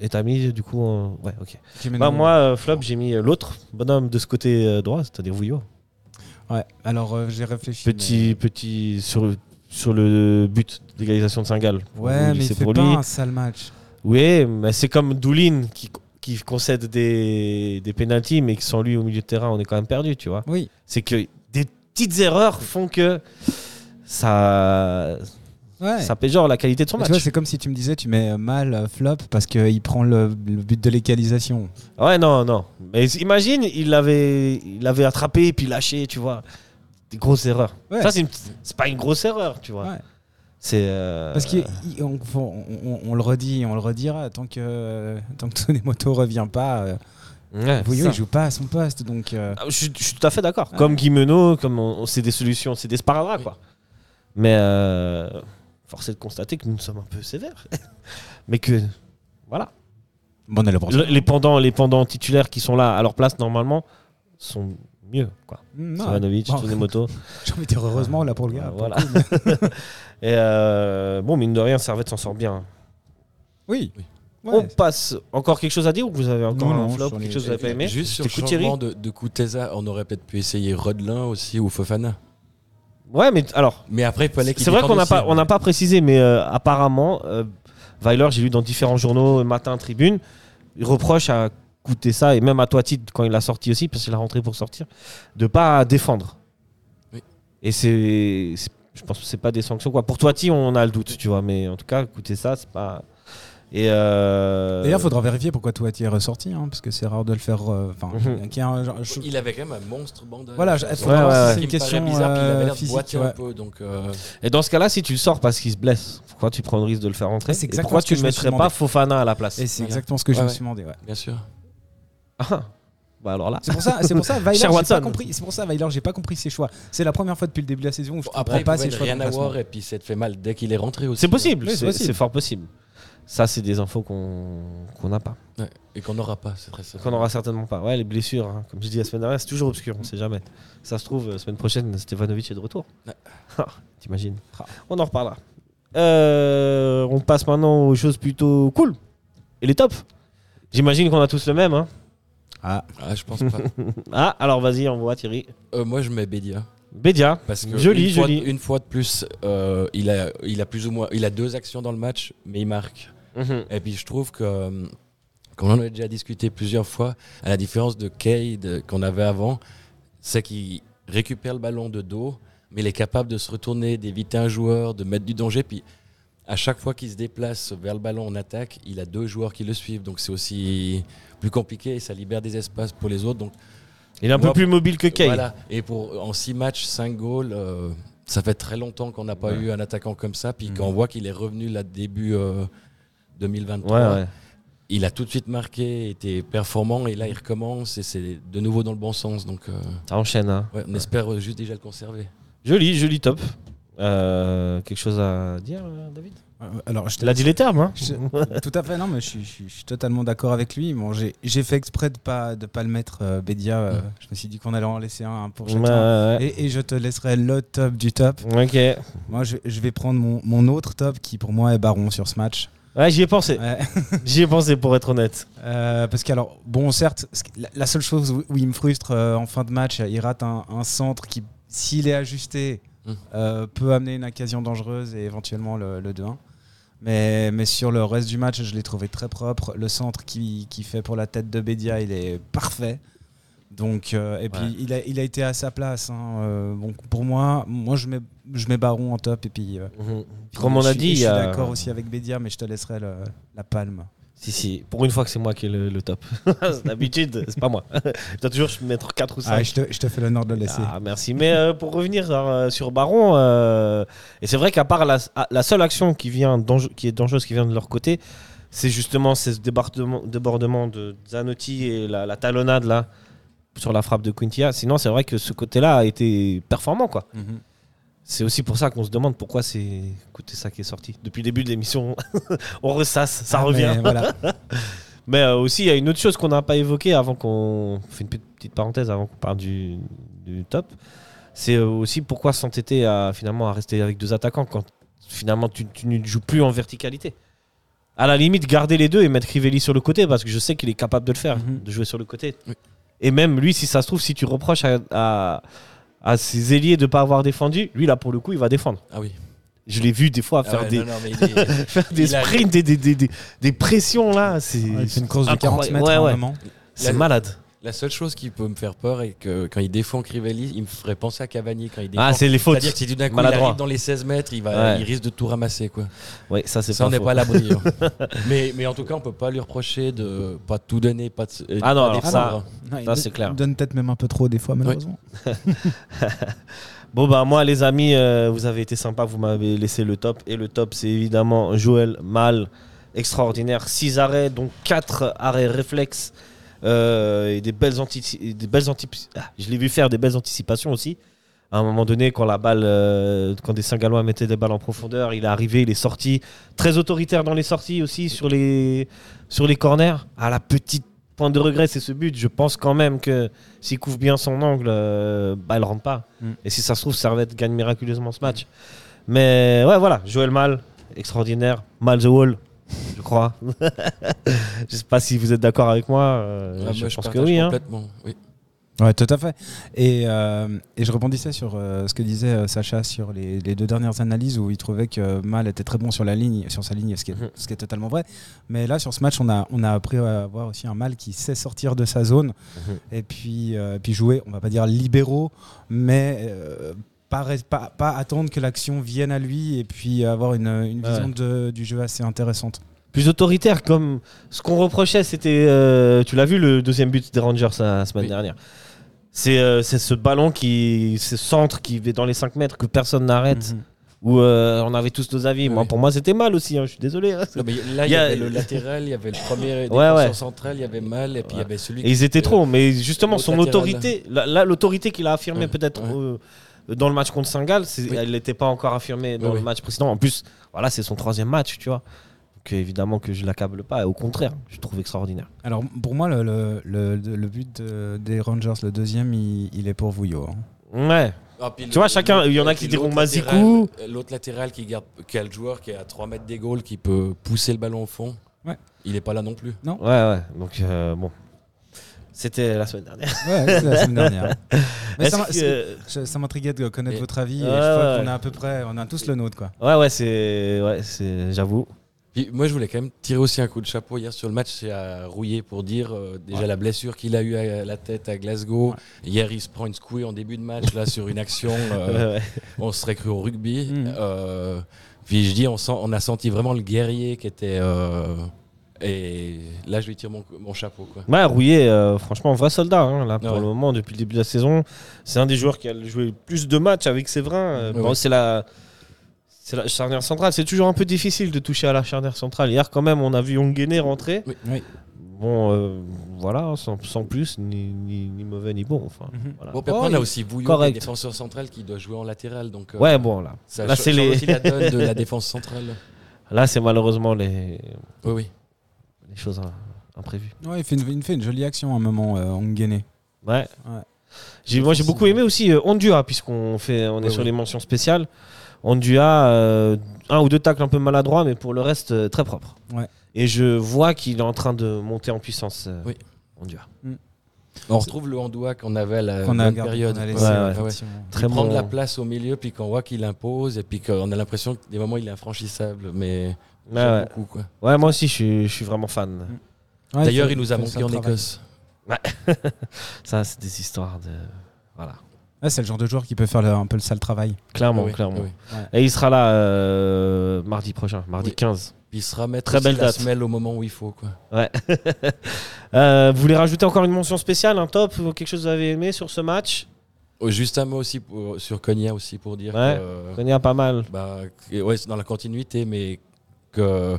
Speaker 5: Et t'as mis du coup. euh, ouais, ok.
Speaker 6: Guillaume
Speaker 5: Bah,
Speaker 6: Leno.
Speaker 5: moi, euh, Flop, j'ai mis euh, l'autre bonhomme de ce côté euh, droit, c'est-à-dire Vouillot.
Speaker 6: Ouais, alors euh, j'ai réfléchi.
Speaker 5: Petit, petit sur, sur le but d'égalisation de Saint-Gall.
Speaker 6: mais- Ouais, mais il
Speaker 5: c'est
Speaker 6: fait
Speaker 5: pour
Speaker 6: pas
Speaker 5: lui.
Speaker 6: un sale match.
Speaker 5: Oui, mais c'est comme Doulin qui, qui concède des, des pénalties, mais que sans lui au milieu de terrain, on est quand même perdu, tu vois.
Speaker 6: Oui.
Speaker 5: C'est que des petites erreurs font que ça,
Speaker 6: Ouais.
Speaker 5: Ça pégeore la qualité de son
Speaker 6: Mais
Speaker 5: match.
Speaker 6: tu vois, c'est comme si tu me disais tu mets euh, mal euh, flop parce qu'il prend le, le but de l'égalisation.
Speaker 5: Ouais, non, non. Mais imagine, il l'avait il l'avait attrapé puis lâché, tu vois. Des grosses erreurs.
Speaker 6: Ouais.
Speaker 5: Ça, c'est une- c'est pas une grosse erreur, tu vois.
Speaker 6: Ouais.
Speaker 5: C'est. euh,
Speaker 6: Parce qu'on on, on- on le redit, on le redira, tant que, euh, tant que Tony Moto revient pas, euh,
Speaker 5: ouais,
Speaker 6: Pouillot,
Speaker 5: Ah, ça.
Speaker 6: il joue pas à son poste. Donc, euh,
Speaker 5: Ah, Je, suis- je suis tout à fait d'accord. Comme Guimeno, comme on, on- c'est des solutions, c'est des sparadraps, quoi. Mais euh, force est de constater que nous sommes un peu sévères. Mais que, voilà.
Speaker 6: bon, on a le
Speaker 5: Le- les, pendants, les pendants titulaires qui sont là à leur place, normalement, sont mieux, quoi.
Speaker 6: Hmm, Non,
Speaker 5: Savanovic,
Speaker 6: bon,
Speaker 5: Tsunemoto.
Speaker 6: J'ai envie de dire heureusement là pour le gars.
Speaker 5: Euh, voilà. Et euh, bon, mine de rien, Servette s'en sort bien.
Speaker 6: Oui. Oh.
Speaker 7: Oui.
Speaker 6: Ouais.
Speaker 5: On passe. Encore quelque chose à dire ou vous avez encore
Speaker 6: Non,
Speaker 5: un
Speaker 6: non,
Speaker 5: flop
Speaker 6: sur
Speaker 5: Quelque
Speaker 6: les-
Speaker 5: chose que vous n'avez pas aimé
Speaker 7: Juste sur le
Speaker 5: T'écoutes, Thierry
Speaker 7: changement de, de Kuteza, on aurait peut-être pu essayer Rodelin aussi ou Fofana.
Speaker 5: Ouais, mais alors.
Speaker 7: Mais après, il fallait qu'il
Speaker 5: C'est vrai
Speaker 7: défende
Speaker 5: qu'on n'a
Speaker 7: aussi.
Speaker 5: pas, on n'a pas précisé, mais euh, apparemment, euh, Weiler, j'ai lu dans différents journaux, euh, matin, tribune, il reproche à coûter ça, et même à Toiti quand il a sorti aussi, parce qu'il a rentré pour sortir, de pas défendre.
Speaker 7: Oui.
Speaker 5: Et c'est, c'est- je pense que c'est pas des sanctions quoi. Pour Toiti, on a le doute, tu vois, mais en tout cas, coûter ça, c'est pas. Et euh,
Speaker 6: D'ailleurs, faudra vérifier pourquoi Toati est ressorti, hein, parce que c'est rare de le faire. euh, Enfin,
Speaker 5: Mhm.
Speaker 6: qu'il y a un genre- je-
Speaker 7: Il avait quand même un monstre bandage.
Speaker 6: Voilà, je-
Speaker 7: Ça,
Speaker 6: faudra
Speaker 5: voir si
Speaker 7: ça
Speaker 6: c'est
Speaker 7: me
Speaker 6: une
Speaker 7: paraît
Speaker 6: question,
Speaker 7: bizarre qu'il
Speaker 6: euh,
Speaker 7: avait l'air de
Speaker 6: physique,
Speaker 7: boiter
Speaker 6: ouais.
Speaker 7: un peu. Donc, euh,
Speaker 5: Et dans ce cas-là, si tu le sors parce qu'il se blesse, pourquoi tu prends le risque de le faire rentrer Et
Speaker 6: C'est exactement
Speaker 5: Pourquoi
Speaker 6: ce
Speaker 5: tu
Speaker 6: que
Speaker 5: ne
Speaker 6: je me suis
Speaker 5: mettrais pas
Speaker 6: demandé.
Speaker 5: Fofana à la place
Speaker 6: Et c'est
Speaker 7: Voilà.
Speaker 6: exactement ce que je
Speaker 7: Ouais,
Speaker 6: me
Speaker 7: ouais.
Speaker 6: suis demandé. ouais.
Speaker 7: bien sûr.
Speaker 5: Ah. Bah alors là.
Speaker 6: C'est pour ça, c'est pour ça, Weiler,
Speaker 5: Cher
Speaker 6: j'ai
Speaker 5: Watson.
Speaker 6: pas compris. C'est pour ça, Weiler, j'ai pas compris ses choix. C'est la première fois depuis le début de la saison où je
Speaker 7: Bon,
Speaker 6: comprends
Speaker 7: après, il
Speaker 6: pas
Speaker 7: pouvait
Speaker 6: ses
Speaker 7: ne
Speaker 6: choix. de
Speaker 7: rien
Speaker 6: remplacement.
Speaker 7: avoir et puis s'être fait mal dès qu'il est rentré aussi.
Speaker 5: C'est possible,
Speaker 6: Oui, c'est
Speaker 5: c'est
Speaker 6: possible.
Speaker 5: c'est fort possible. Ça, c'est des infos qu'on qu'on n'a pas,
Speaker 7: Ouais, Et qu'on n'aura pas, c'est très certain.
Speaker 5: qu'on n'aura certainement pas. Ouais, les blessures, hein, comme je dis la semaine dernière, c'est toujours obscur, on ne sait jamais. Ça se trouve, la semaine prochaine, Stevanovic est de retour. Ah,
Speaker 7: Ouais. Ah.
Speaker 5: T'imagines On en reparlera. Euh, on passe maintenant aux choses plutôt cool et les tops. J'imagine qu'on a tous le même. Hein.
Speaker 7: Ah, je pense pas.
Speaker 5: Ah, alors vas-y, envoie Thierry.
Speaker 7: Euh, moi, je mets Bédia.
Speaker 5: Bédia.
Speaker 7: Parce que
Speaker 5: Joli,
Speaker 7: une, fois,
Speaker 5: joli.
Speaker 7: une fois de plus, euh, il, a, il a plus ou moins, il a deux actions dans le match, mais il marque.
Speaker 5: Mhm.
Speaker 7: Et puis je trouve que, euh, comme on en a déjà discuté plusieurs fois, à la différence de Kay de- qu'on avait avant, c'est qu'il récupère le ballon de dos, mais il est capable de se retourner, d'éviter un joueur, de mettre du danger. Puis à chaque fois qu'il se déplace vers le ballon en attaque, il a deux joueurs qui le suivent. Donc c'est aussi plus compliqué et ça libère des espaces pour les autres. Donc
Speaker 5: Il est un peu
Speaker 7: Moi,
Speaker 5: plus mobile que Kay.
Speaker 7: voilà. Et pour en 6 matchs, 5 goals, euh, ça fait très longtemps qu'on n'a pas eu un attaquant comme ça.
Speaker 5: Mm.
Speaker 7: Puis quand on voit qu'il est revenu là début euh, 2023,
Speaker 5: Ouais, ouais.
Speaker 7: il a tout de suite marqué, était performant et là il recommence et c'est de nouveau dans le bon sens. Donc euh,
Speaker 5: Ça enchaîne. Hein.
Speaker 7: ouais, on espère euh, juste déjà le conserver.
Speaker 5: Joli, joli top. Euh, quelque chose à dire, euh, David
Speaker 6: Euh, Alors, je
Speaker 5: Il a dit les termes, hein
Speaker 6: Je- tout à fait, non, mais je suis, je suis- je suis totalement d'accord avec lui. Bon, j'ai j'ai fait exprès de pas de pas le mettre, euh, Bédia. euh, Je me suis dit qu'on allait en laisser un pour chacun.
Speaker 5: Mm. Ouais, ouais.
Speaker 6: Et, et je te laisserai le top du top.
Speaker 5: Ok.
Speaker 6: Moi, je, je vais prendre mon, mon autre top qui, pour moi, est Baron sur ce match.
Speaker 5: Ouais, j'y ai pensé.
Speaker 6: Ouais.
Speaker 5: J'y ai pensé pour être honnête.
Speaker 6: Euh, parce que, alors, bon, certes, ce qui- la, la seule chose où, où il me frustre euh, en fin de match, il rate un, un centre qui, s'il est ajusté,
Speaker 5: Mmh.
Speaker 7: Mm.
Speaker 6: euh, peut amener une occasion dangereuse et éventuellement le, le 2-1. Mais, mais sur le reste du match, je l'ai trouvé très propre. Le centre qui, qui fait pour la tête de Bédia, il est parfait. Donc, euh, et puis,
Speaker 5: Ouais.
Speaker 6: il, a, il a été à sa place. hein. Euh, bon, pour moi, moi je, mets, je mets Baron en top. Et puis, euh,
Speaker 5: Comme on
Speaker 6: je
Speaker 5: a
Speaker 6: suis-
Speaker 5: dit, euh, il
Speaker 6: je
Speaker 5: y
Speaker 6: suis
Speaker 5: a-
Speaker 6: d'accord aussi avec Bédia, mais je te laisserai le- la palme.
Speaker 5: Si, si. Pour une fois que c'est moi qui ai le, le top. D'habitude, c'est pas moi. Je dois toujours mettre 4 ou 5.
Speaker 6: Ah, je, te, je te fais l'honneur de le laisser.
Speaker 5: Ah, merci. Mais euh, pour revenir euh, sur Baron, euh, et c'est vrai qu'à part la, à- la seule action qui, vient dange- qui est dangereuse, qui vient de leur côté, c'est justement ce débordement, débordement de Zanotti et la, la talonnade là sur la frappe de Quintia. Sinon, c'est vrai que ce côté-là a été performant, quoi.
Speaker 6: Mhm.
Speaker 5: C'est aussi pour ça qu'on se demande pourquoi c'est écoutez ça qui est sorti. Depuis le début de l'émission, on ressasse, ça
Speaker 6: Ah,
Speaker 5: revient.
Speaker 6: mais voilà.
Speaker 5: Mais euh, aussi, il y a une autre chose qu'on n'a pas évoquée avant qu'on. fait une petite parenthèse avant qu'on parle du, du top. C'est euh, aussi pourquoi s'entêter à, finalement, à rester avec deux attaquants quand finalement tu, tu ne joues plus en verticalité. À la limite, garder les deux et mettre Crivelli sur le côté parce que je sais qu'il est capable de le faire,
Speaker 6: Mhm.
Speaker 5: de jouer sur le côté.
Speaker 7: Oui.
Speaker 5: Et même lui, si ça se trouve, si tu reproches à, à, à ses ailiers de ne pas avoir défendu, lui là pour le coup, il va défendre.
Speaker 7: Ah oui.
Speaker 5: Je l'ai vu des fois
Speaker 7: Ah
Speaker 5: faire
Speaker 7: ouais,
Speaker 5: des,
Speaker 7: non, non, mais il est-
Speaker 5: faire des
Speaker 7: Il a-
Speaker 5: sprints, des, des, des, des- des pressions là. C'est
Speaker 6: Ouais, c'est une course de
Speaker 5: incroyable.
Speaker 6: 40 mètres
Speaker 5: Ouais,
Speaker 6: à un
Speaker 5: ouais.
Speaker 6: moment.
Speaker 5: c'est malade.
Speaker 7: La seule chose qui peut me faire peur est que quand il défend Crivelli, il me ferait penser à Cavani quand il défend.
Speaker 5: Ah, c'est les fautes.
Speaker 7: C'est-à-dire que si d'un coup il
Speaker 5: Maladroit.
Speaker 7: arrive dans les 16 mètres, il, va,
Speaker 5: Ouais.
Speaker 7: il risque de tout ramasser. Quoi.
Speaker 5: Ouais, ça, c'est
Speaker 7: Ça, on
Speaker 5: pas
Speaker 7: n'est
Speaker 5: faux.
Speaker 7: pas à l'abri. hein. mais, mais en tout cas, on peut pas lui reprocher de pas tout donner, pas de, se- euh,
Speaker 5: Ah non,
Speaker 7: pas
Speaker 5: alors ça-
Speaker 7: défendre.
Speaker 6: Non, il
Speaker 5: Ça,
Speaker 6: don-
Speaker 5: c'est clair.
Speaker 6: il donne peut-être même un peu trop des fois, malheureusement.
Speaker 5: Bon bah moi les amis, euh, vous avez été sympas, vous m'avez laissé le top. Et le top c'est évidemment Joël Mal, extraordinaire. 6 arrêts, donc 4 arrêts réflexes. euh, et des belles, anti et des belles anti ah, je l'ai vu faire des belles anticipations aussi. À un moment donné, quand la balle, euh, quand des Saint-Gallois mettaient des balles en profondeur, il est arrivé, il est sorti. Très autoritaire dans les sorties aussi, sur les, sur les corners. À la petite pointe de regret, c'est ce but. Je pense quand même que s'il couvre bien son angle, euh, bah, elle rentre pas.
Speaker 7: Mm.
Speaker 5: Et si ça se trouve, Servette gagne miraculeusement ce match. Mais ouais, voilà, Joël Mal, extraordinaire. Mal the Wall, je crois. je sais pas si vous êtes d'accord avec moi. euh,
Speaker 7: Ah, moi,
Speaker 5: je, pense que
Speaker 7: partage
Speaker 5: oui. hein.
Speaker 7: Complètement. oui.
Speaker 6: Ouais, tout à fait. Et, euh, et je rebondissais sur euh, ce que disait euh, Sacha sur les, les deux dernières analyses où il trouvait que euh, Mal était très bon sur la ligne, sur sa ligne, ce qui est,
Speaker 5: Mhm.
Speaker 6: ce qui est totalement vrai. Mais là, sur ce match, on a, on a appris à avoir aussi un Mal qui sait sortir de sa zone
Speaker 5: Mhm.
Speaker 6: et puis, euh, puis jouer, on va pas dire libéraux, mais euh, pas, res- pas, pas attendre que l'action vienne à lui et puis avoir une, une
Speaker 5: Ouais.
Speaker 6: vision de- du jeu assez intéressante.
Speaker 5: Plus autoritaire, comme ce qu'on reprochait, c'était. euh, tu l'as vu le deuxième but des Rangers euh, la semaine
Speaker 7: Oui.
Speaker 5: dernière. C'est euh, c'est ce ballon qui. Ce centre qui est dans les 5 mètres que personne n'arrête.
Speaker 6: Mhm.
Speaker 5: Où euh, on avait tous nos avis. Moi,
Speaker 7: Mhm. Oui.
Speaker 5: pour moi, c'était mal aussi. hein, je suis désolé. hein.
Speaker 7: Non, mais là, il
Speaker 5: Il y
Speaker 7: y
Speaker 5: a-
Speaker 7: avait le latéral, il y avait le premier
Speaker 5: Ouais,
Speaker 7: défenseur
Speaker 5: ouais.
Speaker 7: central, il y avait Mal, et puis il
Speaker 5: Ouais.
Speaker 7: y avait celui
Speaker 5: Et ils étaient
Speaker 7: euh,
Speaker 5: trop, mais justement,
Speaker 7: l'autre
Speaker 5: son
Speaker 7: latéral.
Speaker 5: autorité, la- la- l'autorité qu'il a affirmée
Speaker 7: Ouais,
Speaker 5: peut-être
Speaker 7: ouais.
Speaker 5: euh, dans le match contre Saint-Gall, c'est-
Speaker 7: Oui.
Speaker 5: elle n'était pas encore affirmée dans
Speaker 7: Oui,
Speaker 5: le
Speaker 7: oui.
Speaker 5: match précédent. En plus, voilà, c'est son troisième match, tu vois. Donc évidemment que je l'accable pas, et au contraire, je trouve extraordinaire.
Speaker 6: Alors pour moi, le, le, le, le but de- des Rangers, le deuxième, il, il est pour Vouillot. hein.
Speaker 5: Ouais,
Speaker 7: Ah, puis
Speaker 5: Tu
Speaker 7: le-
Speaker 5: vois, chacun, il y en a
Speaker 7: et
Speaker 5: qui
Speaker 7: puis
Speaker 5: diront
Speaker 7: l'autre
Speaker 5: Mazikou.
Speaker 7: latéral- euh, L'autre latéral qui, garde, qui a le joueur qui est à 3 mètres des goals, qui peut pousser le ballon au fond.
Speaker 6: Ouais.
Speaker 7: Il n'est pas là non plus.
Speaker 5: ouais, ouais. Donc euh, bon, c'était la semaine dernière.
Speaker 6: Ouais, c'est la semaine dernière. Mais
Speaker 5: Est-ce
Speaker 6: ça m'a-
Speaker 5: que-
Speaker 6: c'est- je- ça m'intriguait de connaître
Speaker 7: Et-
Speaker 6: votre avis.
Speaker 5: Ouais,
Speaker 6: et je crois
Speaker 5: ouais.
Speaker 6: qu'on a à peu près, on a tous le nôtre, quoi.
Speaker 5: Ouais, ouais, c'est, ouais, c'est, j'avoue.
Speaker 7: Puis moi, je voulais quand même tirer aussi un coup de chapeau hier sur le match. C'est à Rouillé pour dire euh, déjà la blessure qu'il a eue à la tête à Glasgow. Hier, il se prend une secouée en début de match là sur une action.
Speaker 5: Ouais,
Speaker 7: euh,
Speaker 5: ouais.
Speaker 7: on serait cru au rugby.
Speaker 6: Mhm.
Speaker 7: Euh, puis je dis, on, sent, on a senti vraiment le guerrier qui était. euh, et là, je lui tire mon, mon chapeau. Quoi.
Speaker 5: Ouais, Rouillet, euh, franchement, vrai soldat. hein, là, pour
Speaker 7: Ouais.
Speaker 5: le moment, depuis le début de la saison, c'est un des joueurs qui a joué le plus de matchs avec Séverin. Euh,
Speaker 7: Ouais,
Speaker 5: bon,
Speaker 7: ouais.
Speaker 5: C'est la, c'est la charnière centrale. C'est toujours un peu difficile de toucher à la charnière centrale. Hier, quand même, on a vu Onguené rentrer.
Speaker 7: Oui.
Speaker 6: Oui.
Speaker 5: Bon, euh, voilà, sans, sans plus, ni, ni- ni mauvais ni bon. Enfin, voilà.
Speaker 7: Mhm. Bon, puis après,
Speaker 5: Oh,
Speaker 7: on a
Speaker 5: il-
Speaker 7: aussi Vouillot,
Speaker 5: correct.
Speaker 7: qui est défenseur central, qui doit jouer en latéral. Donc, euh,
Speaker 5: Ouais, bon, là,
Speaker 7: ça
Speaker 5: là,
Speaker 7: cha-
Speaker 5: c'est
Speaker 7: change
Speaker 5: les-
Speaker 7: aussi la donne de la défense centrale.
Speaker 5: là c'est malheureusement les,
Speaker 7: Oui, oui.
Speaker 5: les choses hein, imprévues.
Speaker 6: Ouais, il fait une, il fait une jolie action à un moment, euh, Onguené.
Speaker 5: Ouais.
Speaker 6: Ouais.
Speaker 5: J'ai, moi, j'ai beaucoup aimé aussi euh, Ondua, puisqu'on fait, on est
Speaker 7: Ouais,
Speaker 5: sur
Speaker 7: ouais.
Speaker 5: les mentions spéciales. Ondua, euh, un ou deux tacles un peu maladroits, mais pour le reste, euh, très propre.
Speaker 6: Ouais.
Speaker 5: Et je vois qu'il est en train de monter en puissance, euh,
Speaker 7: Oui.
Speaker 5: Ondua.
Speaker 7: On retrouve le Handoua qu'on avait à la
Speaker 6: Qu'on a
Speaker 7: Euh, bonne
Speaker 6: gardé,
Speaker 7: période.
Speaker 6: qu'on a laissé,
Speaker 5: Ouais, ouais.
Speaker 7: ouais.
Speaker 6: effectivement.
Speaker 5: Très
Speaker 7: prendre
Speaker 5: bon.
Speaker 7: la place au milieu, puis qu'on voit qu'il impose, et puis qu'on a l'impression que des moments il est infranchissable, mais
Speaker 5: Ouais,
Speaker 7: j'aime
Speaker 5: ouais.
Speaker 7: beaucoup quoi.
Speaker 5: Ouais, moi aussi, je suis, je suis vraiment fan.
Speaker 7: Mm.
Speaker 6: Ouais,
Speaker 7: D'ailleurs,
Speaker 6: fait-
Speaker 7: il nous a
Speaker 6: fait
Speaker 7: manqué
Speaker 6: ça
Speaker 7: en
Speaker 6: travail.
Speaker 7: Écosse.
Speaker 5: Ça, c'est des histoires de. Voilà.
Speaker 6: Ouais, c'est le genre de joueur qui peut faire le- un peu le sale travail.
Speaker 5: Clairement,
Speaker 7: Ah oui,
Speaker 5: clairement.
Speaker 7: ah oui.
Speaker 5: Et il sera là euh, mardi prochain, mardi
Speaker 7: Oui.
Speaker 5: 15.
Speaker 7: Puis il se remet
Speaker 5: Très
Speaker 7: très
Speaker 5: belle
Speaker 7: belle la
Speaker 5: date.
Speaker 7: semelle au moment où il faut quoi.
Speaker 5: Ouais. Euh, vous voulez rajouter encore une mention spéciale, un top, ou quelque chose que vous avez aimé sur ce match
Speaker 7: Oh, Juste un mot aussi pour- sur Konya aussi pour dire
Speaker 5: Ouais.
Speaker 7: que, euh,
Speaker 5: Konya, pas mal.
Speaker 7: bah, que- ouais, c'est dans la continuité, mais que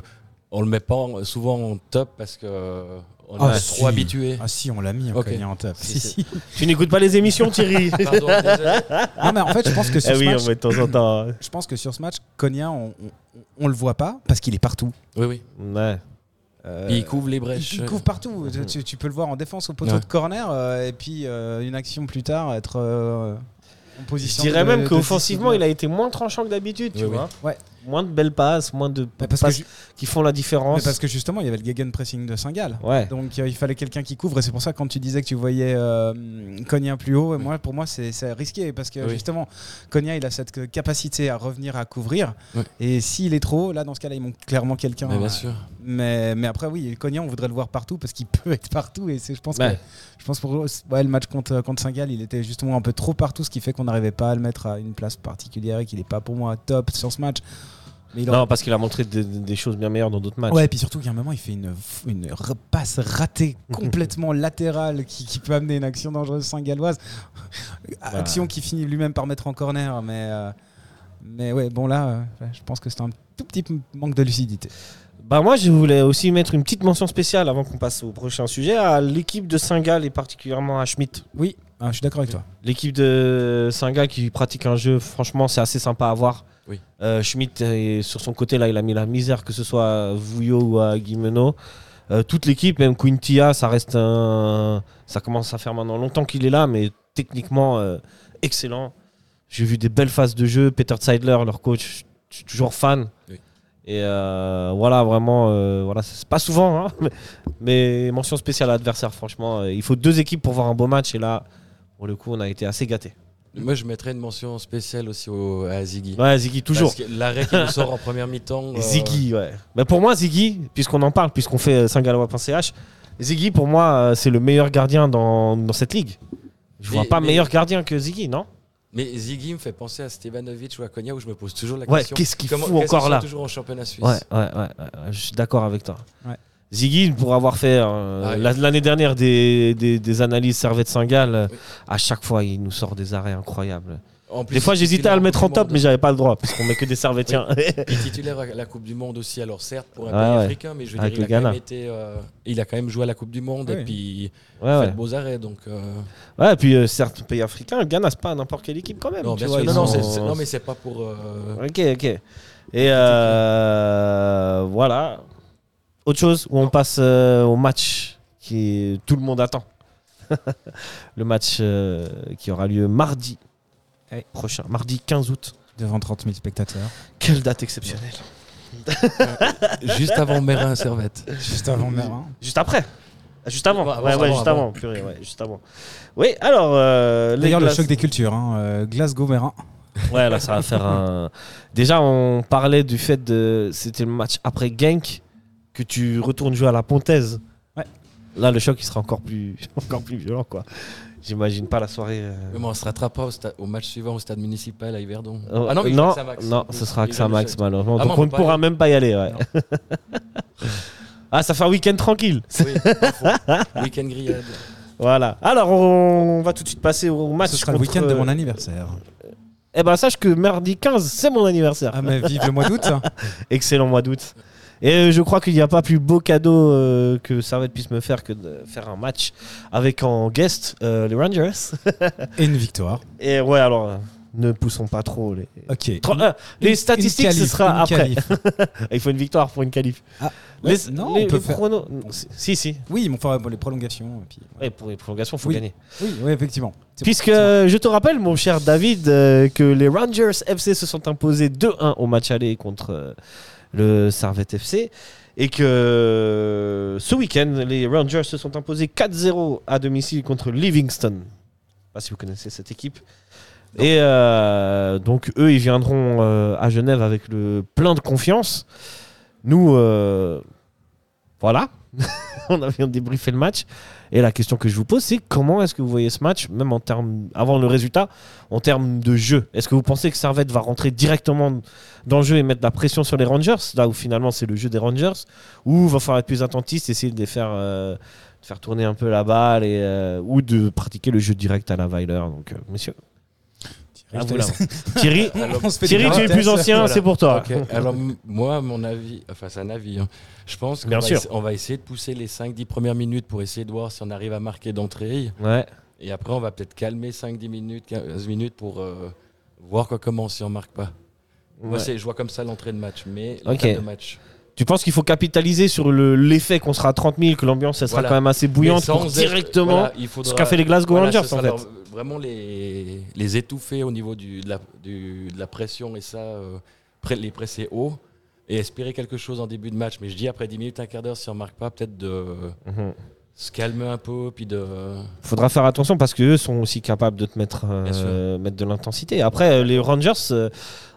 Speaker 7: on le met pas en- souvent en top parce que euh, on
Speaker 6: Ah,
Speaker 7: est
Speaker 6: si.
Speaker 7: trop habitué.
Speaker 6: Ah si, on l'a mis,
Speaker 7: Ok.
Speaker 6: Onguené en top.
Speaker 7: Si, si.
Speaker 5: Tu n'écoutes pas les émissions, Thierry
Speaker 7: Pardon, désolé.
Speaker 6: non, mais en fait, je pense que
Speaker 7: Ah
Speaker 6: sur
Speaker 5: Eh
Speaker 6: ce
Speaker 5: oui,
Speaker 6: match,
Speaker 5: mais de temps en temps.
Speaker 6: je pense que sur ce match, Konya, on, on, on le voit pas parce qu'il est partout.
Speaker 7: Oui, oui.
Speaker 5: Ouais.
Speaker 6: Euh,
Speaker 7: Puis il couvre les brèches.
Speaker 6: Il, il couvre partout. Tu- Tu, tu peux le voir en défense au poteau
Speaker 7: Mhm. Ouais.
Speaker 6: de corner euh, et puis euh, une action plus tard être euh, en
Speaker 5: Je
Speaker 6: position.
Speaker 5: dirais
Speaker 6: de-
Speaker 5: même
Speaker 6: de
Speaker 5: qu'offensivement, il
Speaker 6: décider.
Speaker 5: a été moins tranchant que d'habitude, tu
Speaker 7: Oui, oui.
Speaker 5: vois.
Speaker 6: Ouais.
Speaker 5: Moins de belles passes, moins de
Speaker 6: Mais Bah, parce, que,
Speaker 5: passes
Speaker 6: ju-
Speaker 5: qui font la
Speaker 6: mais
Speaker 5: différence.
Speaker 6: parce que justement, il y avait le gegenpressing de Singal.
Speaker 5: Ouais.
Speaker 6: Donc euh, il fallait quelqu'un qui couvre et c'est pour ça que quand tu disais que tu voyais euh, Konya plus haut, et moi pour moi c'est c'est risqué parce que
Speaker 7: Oui.
Speaker 6: justement Konya il a cette euh, capacité à revenir à couvrir
Speaker 7: Oui.
Speaker 6: et s'il est trop haut, là dans ce cas-là ils manque clairement quelqu'un.
Speaker 7: Mais
Speaker 6: euh,
Speaker 7: bien sûr.
Speaker 6: Mais, mais après, oui, Cognan, on voudrait le voir partout parce qu'il peut être partout. Et c'est, je pense
Speaker 5: Ouais.
Speaker 6: que je pense pour ouais, le match contre, contre Saint-Gall, il était justement un peu trop partout, ce qui fait qu'on n'arrivait pas à le mettre à une place particulière et qu'il n'est pas pour moi top sur ce match. Mais il aurait-
Speaker 5: Non, parce qu'il a montré des, des choses bien meilleures dans d'autres matchs.
Speaker 6: Ouais, et puis surtout qu'à un moment, il fait une, f- une re- passe ratée, complètement latérale, qui, qui peut amener une action dangereuse saint-galloise.
Speaker 5: Bah.
Speaker 6: action qui finit lui-même par mettre en corner, mais. euh, mais ouais, bon là, euh, ouais, je pense que c'est un tout petit m- manque de lucidité.
Speaker 5: Bah moi je voulais aussi mettre une petite mention spéciale avant qu'on passe au prochain sujet à l'équipe de Saint-Gall et particulièrement à Schmidt.
Speaker 6: Oui, Ah, je suis d'accord avec toi.
Speaker 5: L'équipe de Saint-Gall qui pratique un jeu, franchement c'est assez sympa à voir.
Speaker 7: Oui.
Speaker 5: Euh, Schmidt est sur son côté là, il a mis la misère que ce soit à Vouillot ou à Guimeno. Euh, toute l'équipe, même Quintia, ça reste un, ça commence à faire maintenant longtemps qu'il est là, mais techniquement euh, excellent. J'ai vu des belles phases de jeu. Peter Zeidler, leur coach, je suis toujours fan.
Speaker 7: Oui.
Speaker 5: Et euh, voilà, vraiment, euh, voilà, c'est pas souvent, hein, mais, mais mention spéciale à l'adversaire, franchement. Euh, Il faut deux équipes pour voir un beau match, et là, pour le coup, on a été assez gâtés.
Speaker 7: Moi, je mettrais une mention spéciale aussi au- à Ziggy.
Speaker 5: Ouais, Ziggy, toujours.
Speaker 7: Parce que l'arrêt qui nous sort en première mi-temps. euh,
Speaker 5: Ziggy, ouais. Mais pour moi, Ziggy, puisqu'on en parle, puisqu'on fait euh, saint-gallois.ch, Ziggy, pour moi, euh, c'est le meilleur gardien dans, dans cette ligue. Je vois
Speaker 7: Mais-
Speaker 5: pas
Speaker 7: mais-
Speaker 5: meilleur gardien que Ziggy, non
Speaker 7: Mais Ziggy me fait penser à Stevanovic ou à Konya où je me pose toujours la
Speaker 5: Ouais,
Speaker 7: question.
Speaker 5: qu'est-ce qu'il
Speaker 7: comment-
Speaker 5: fout
Speaker 7: qu'est-ce
Speaker 5: encore
Speaker 7: qu'ils sont
Speaker 5: là
Speaker 7: toujours en championnat suisse.
Speaker 5: Ouais, ouais, ouais, ouais, ouais, je suis d'accord avec toi.
Speaker 6: Ouais.
Speaker 5: Ziggy, pour avoir fait euh,
Speaker 7: Ah,
Speaker 5: la- l'année dernière des, des, des analyses Servette Singal, euh,
Speaker 7: Oui.
Speaker 5: à chaque fois, il nous sort des arrêts incroyables.
Speaker 7: En plus,
Speaker 5: Des fois,
Speaker 7: il est
Speaker 5: j'hésitais
Speaker 7: titulaire
Speaker 5: à le mettre en
Speaker 7: Coupe du
Speaker 5: top, mais
Speaker 7: Monde.
Speaker 5: j'avais pas le droit, parce qu'on met que des Servetiens.
Speaker 7: Il est titulaire à la Coupe du Monde aussi, alors certes, pour
Speaker 5: Ouais,
Speaker 7: un pays
Speaker 5: Ah ouais.
Speaker 7: africain, mais je veux
Speaker 5: Avec
Speaker 7: dire, il
Speaker 5: le
Speaker 7: a, quand
Speaker 5: Ghana.
Speaker 7: même été, euh, il a quand même joué à la Coupe du Monde
Speaker 6: Oui.
Speaker 7: et puis
Speaker 5: ouais,
Speaker 7: fait
Speaker 5: Ah ouais.
Speaker 7: de beaux arrêts. Donc, euh,
Speaker 5: ouais, et puis euh, certes, pays africain, le Ghana, c'est pas n'importe quelle équipe quand même.
Speaker 7: non,
Speaker 5: tu
Speaker 7: bien
Speaker 5: vois,
Speaker 7: sûr,
Speaker 5: ils
Speaker 7: non, non,
Speaker 5: sont-
Speaker 7: c'est- c'est- non, mais c'est pas pour. euh,
Speaker 5: Ok, ok. Et euh, voilà. Autre chose où on passe euh, au match qui tout le monde attend. le match euh, qui aura lieu mardi
Speaker 6: Ouais.
Speaker 5: prochain, mardi 15 août.
Speaker 6: Devant 30 000 spectateurs.
Speaker 5: Quelle date exceptionnelle.
Speaker 7: juste avant Merin Servette.
Speaker 6: Juste avant Merlin.
Speaker 5: Juste après. Ah, Juste avant.
Speaker 7: Avant,
Speaker 5: ouais,
Speaker 7: avant,
Speaker 5: ouais,
Speaker 7: avant,
Speaker 5: juste
Speaker 7: avant.
Speaker 5: avant. Purée, ouais, juste avant. Oui, alors. euh, les
Speaker 6: D'ailleurs, le
Speaker 5: glaces-
Speaker 6: choc des cultures. Hein. euh, Glasgow-Merlin.
Speaker 5: Ouais, là, ça va faire un. Déjà, on parlait du fait de. C'était le match après Genk que tu retournes jouer à la Pontaise.
Speaker 6: Ouais.
Speaker 5: Là, le choc, il sera encore plus, encore plus violent, quoi. J'imagine pas la soirée. euh.
Speaker 7: Mais on se rattrapera au, sta- au match suivant au stade municipal à Yverdon.
Speaker 5: Euh,
Speaker 7: Ah non, mais il
Speaker 5: non,
Speaker 7: sera que ça Max.
Speaker 5: non, ce sera que
Speaker 7: Il
Speaker 5: ça
Speaker 7: vient de
Speaker 5: max,
Speaker 7: le-
Speaker 5: malheureusement.
Speaker 7: Ah,
Speaker 5: Donc,
Speaker 7: non,
Speaker 5: on
Speaker 7: on
Speaker 5: ne
Speaker 7: peut
Speaker 5: pourra
Speaker 7: pas
Speaker 5: même pas y aller, ouais. ah, ça fait un week-end tranquille.
Speaker 7: Oui, pas faux. Week-end grillade.
Speaker 5: Voilà. Alors, on va tout de suite passer au match.
Speaker 6: Ce sera le
Speaker 5: contre- euh,
Speaker 6: week-end de mon anniversaire.
Speaker 5: Eh ben, sache que mardi 15, c'est mon anniversaire.
Speaker 6: Ah, mais vive le mois d'août.
Speaker 5: Excellent mois d'août. Et euh, je crois qu'il n'y a pas plus beau cadeau euh, que Servette puisse me faire que de faire un match avec en guest euh, les Rangers.
Speaker 6: Et une victoire.
Speaker 5: Et ouais, alors, euh, ne poussons pas trop les.
Speaker 6: Ok.
Speaker 5: Tro- euh, les statistiques,
Speaker 6: Une
Speaker 5: ce
Speaker 6: qualif,
Speaker 5: sera
Speaker 6: une
Speaker 5: après.
Speaker 6: qualif.
Speaker 5: Il faut une victoire pour une qualif.
Speaker 6: Ah,
Speaker 5: Les-
Speaker 6: ouais, non,
Speaker 5: les-
Speaker 6: on peut
Speaker 5: les
Speaker 6: faire-
Speaker 5: pronos- Si, si.
Speaker 6: Oui, mais enfin, bon, les prolongations. Et puis...
Speaker 5: Ouais, pour les prolongations, il faut
Speaker 6: Oui.
Speaker 5: gagner.
Speaker 6: Oui, oui, effectivement. C'est-
Speaker 5: Puisque euh, je te rappelle, mon cher David, euh, que les Rangers FC se sont imposés 2-1 au match aller contre euh, le Servette FC. Et que euh, ce week-end, les Rangers se sont imposés 4-0 à domicile contre Livingston. Je sais pas si vous connaissez cette équipe. Et euh, donc, eux, ils viendront euh, à Genève avec le plein de confiance. Nous, euh, voilà. On a bien débriefé le match. Et la question que je vous pose, c'est comment est-ce que vous voyez ce match, même en termes, avant le résultat, en termes de jeu Est-ce que vous pensez que Servette va rentrer directement dans le jeu et mettre de la pression sur les Rangers, là où finalement c'est le jeu des Rangers, ou va falloir être plus attentiste, essayer de les faire, euh, de faire tourner un peu la balle, et, euh, ou de pratiquer le jeu direct à la Weiler Donc, euh, messieurs, à
Speaker 6: je te
Speaker 5: vous la main. Thierry,
Speaker 7: Alors,
Speaker 6: On se fait des
Speaker 5: Ah, Thierry, tu es le
Speaker 6: parenthèses.
Speaker 5: plus ancien,
Speaker 7: Voilà.
Speaker 5: c'est pour toi.
Speaker 7: Ok, Alors, m- moi, mon avis, enfin, c'est un avis, hein. je pense qu'on
Speaker 5: Bien
Speaker 7: va,
Speaker 5: sûr.
Speaker 7: essa- on va essayer de pousser les 5-10 premières minutes pour essayer de voir si on arrive à marquer d'entrée.
Speaker 5: Ouais.
Speaker 7: Et après, on va peut-être calmer 5-10 minutes, 15 minutes pour euh, voir quoi commence si on marque pas. Moi,
Speaker 5: Ouais.
Speaker 7: c'est- je vois comme ça l'entrée de match, mais
Speaker 5: Ok.
Speaker 7: l'entrée de match.
Speaker 5: Tu penses qu'il faut capitaliser sur le- l'effet qu'on sera à 30 000, que l'ambiance elle sera
Speaker 7: Voilà.
Speaker 5: quand même assez
Speaker 7: Mais
Speaker 5: bouillante
Speaker 7: sans
Speaker 5: pour
Speaker 7: être-
Speaker 5: directement
Speaker 7: voilà, il faudra-
Speaker 5: ce qu'a fait les Glasgow
Speaker 7: voilà,
Speaker 5: Rangers
Speaker 7: ce
Speaker 5: en
Speaker 7: sera
Speaker 5: fait.
Speaker 7: leur- vraiment les, les étouffer au niveau du, de, la, du- de la pression et ça, euh, pré- les presser haut et espérer quelque chose en début de match. Mais je dis après 10 minutes, un quart d'heure, si on marque pas, peut-être de.
Speaker 5: Mhm.
Speaker 7: se calmer un peu, puis de.
Speaker 5: Faudra faire attention parce qu'eux sont aussi capables de te mettre, euh,
Speaker 7: Bien sûr.
Speaker 5: mettre de l'intensité. Après, euh, les Rangers, euh,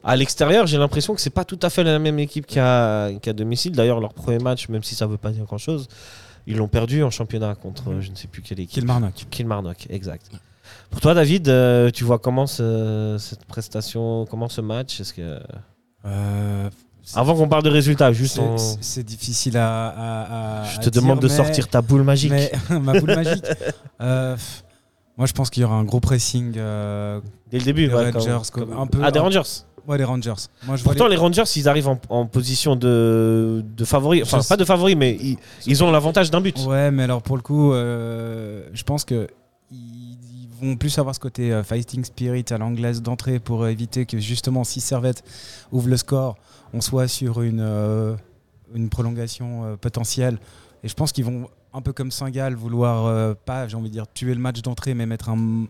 Speaker 5: à l'extérieur, j'ai l'impression que c'est pas tout à fait la même équipe qu'à qu'à domicile. D'ailleurs, leur premier match, même si ça veut pas dire grand-chose, ils l'ont perdu en championnat contre euh, je ne sais plus quelle équipe.
Speaker 6: Kilmarnock.
Speaker 5: Kilmarnock, exact. Pour toi, David, euh, tu vois comment ce- cette prestation, comment ce match Est-ce que
Speaker 6: Euh,
Speaker 5: avant qu'on parle de résultats, juste,
Speaker 6: c'est-
Speaker 5: on-
Speaker 6: c'est- C'est difficile à. à- à-
Speaker 5: je
Speaker 6: à
Speaker 5: te
Speaker 6: dire,
Speaker 5: demande de
Speaker 6: mais-
Speaker 5: sortir ta boule magique.
Speaker 6: mais- ma boule magique. Euh, pff, moi, je pense qu'il y aura un gros pressing euh,
Speaker 5: Dès le début,
Speaker 6: Les
Speaker 5: ouais,
Speaker 6: Rangers,
Speaker 5: comme-
Speaker 6: comme un peu-
Speaker 5: ah, des
Speaker 6: un-
Speaker 5: Rangers.
Speaker 6: Ouais, les Rangers. Moi, je vois
Speaker 5: Pourtant,
Speaker 6: les-
Speaker 5: les Rangers, ils arrivent en, en position de, de favori. Enfin,
Speaker 6: Je sais-
Speaker 5: pas de favori, mais ils, ils ont l'avantage d'un but.
Speaker 6: Ouais, mais alors pour le coup, euh, je pense que ils, ils vont plus avoir ce côté euh, fighting spirit à l'anglaise d'entrée pour éviter que justement si Servette ouvre le score, on soit sur une, euh, une prolongation euh, potentielle. Et je pense qu'ils vont un peu comme Singal vouloir euh, pas, j'ai envie de dire, tuer le match d'entrée, mais mettre un-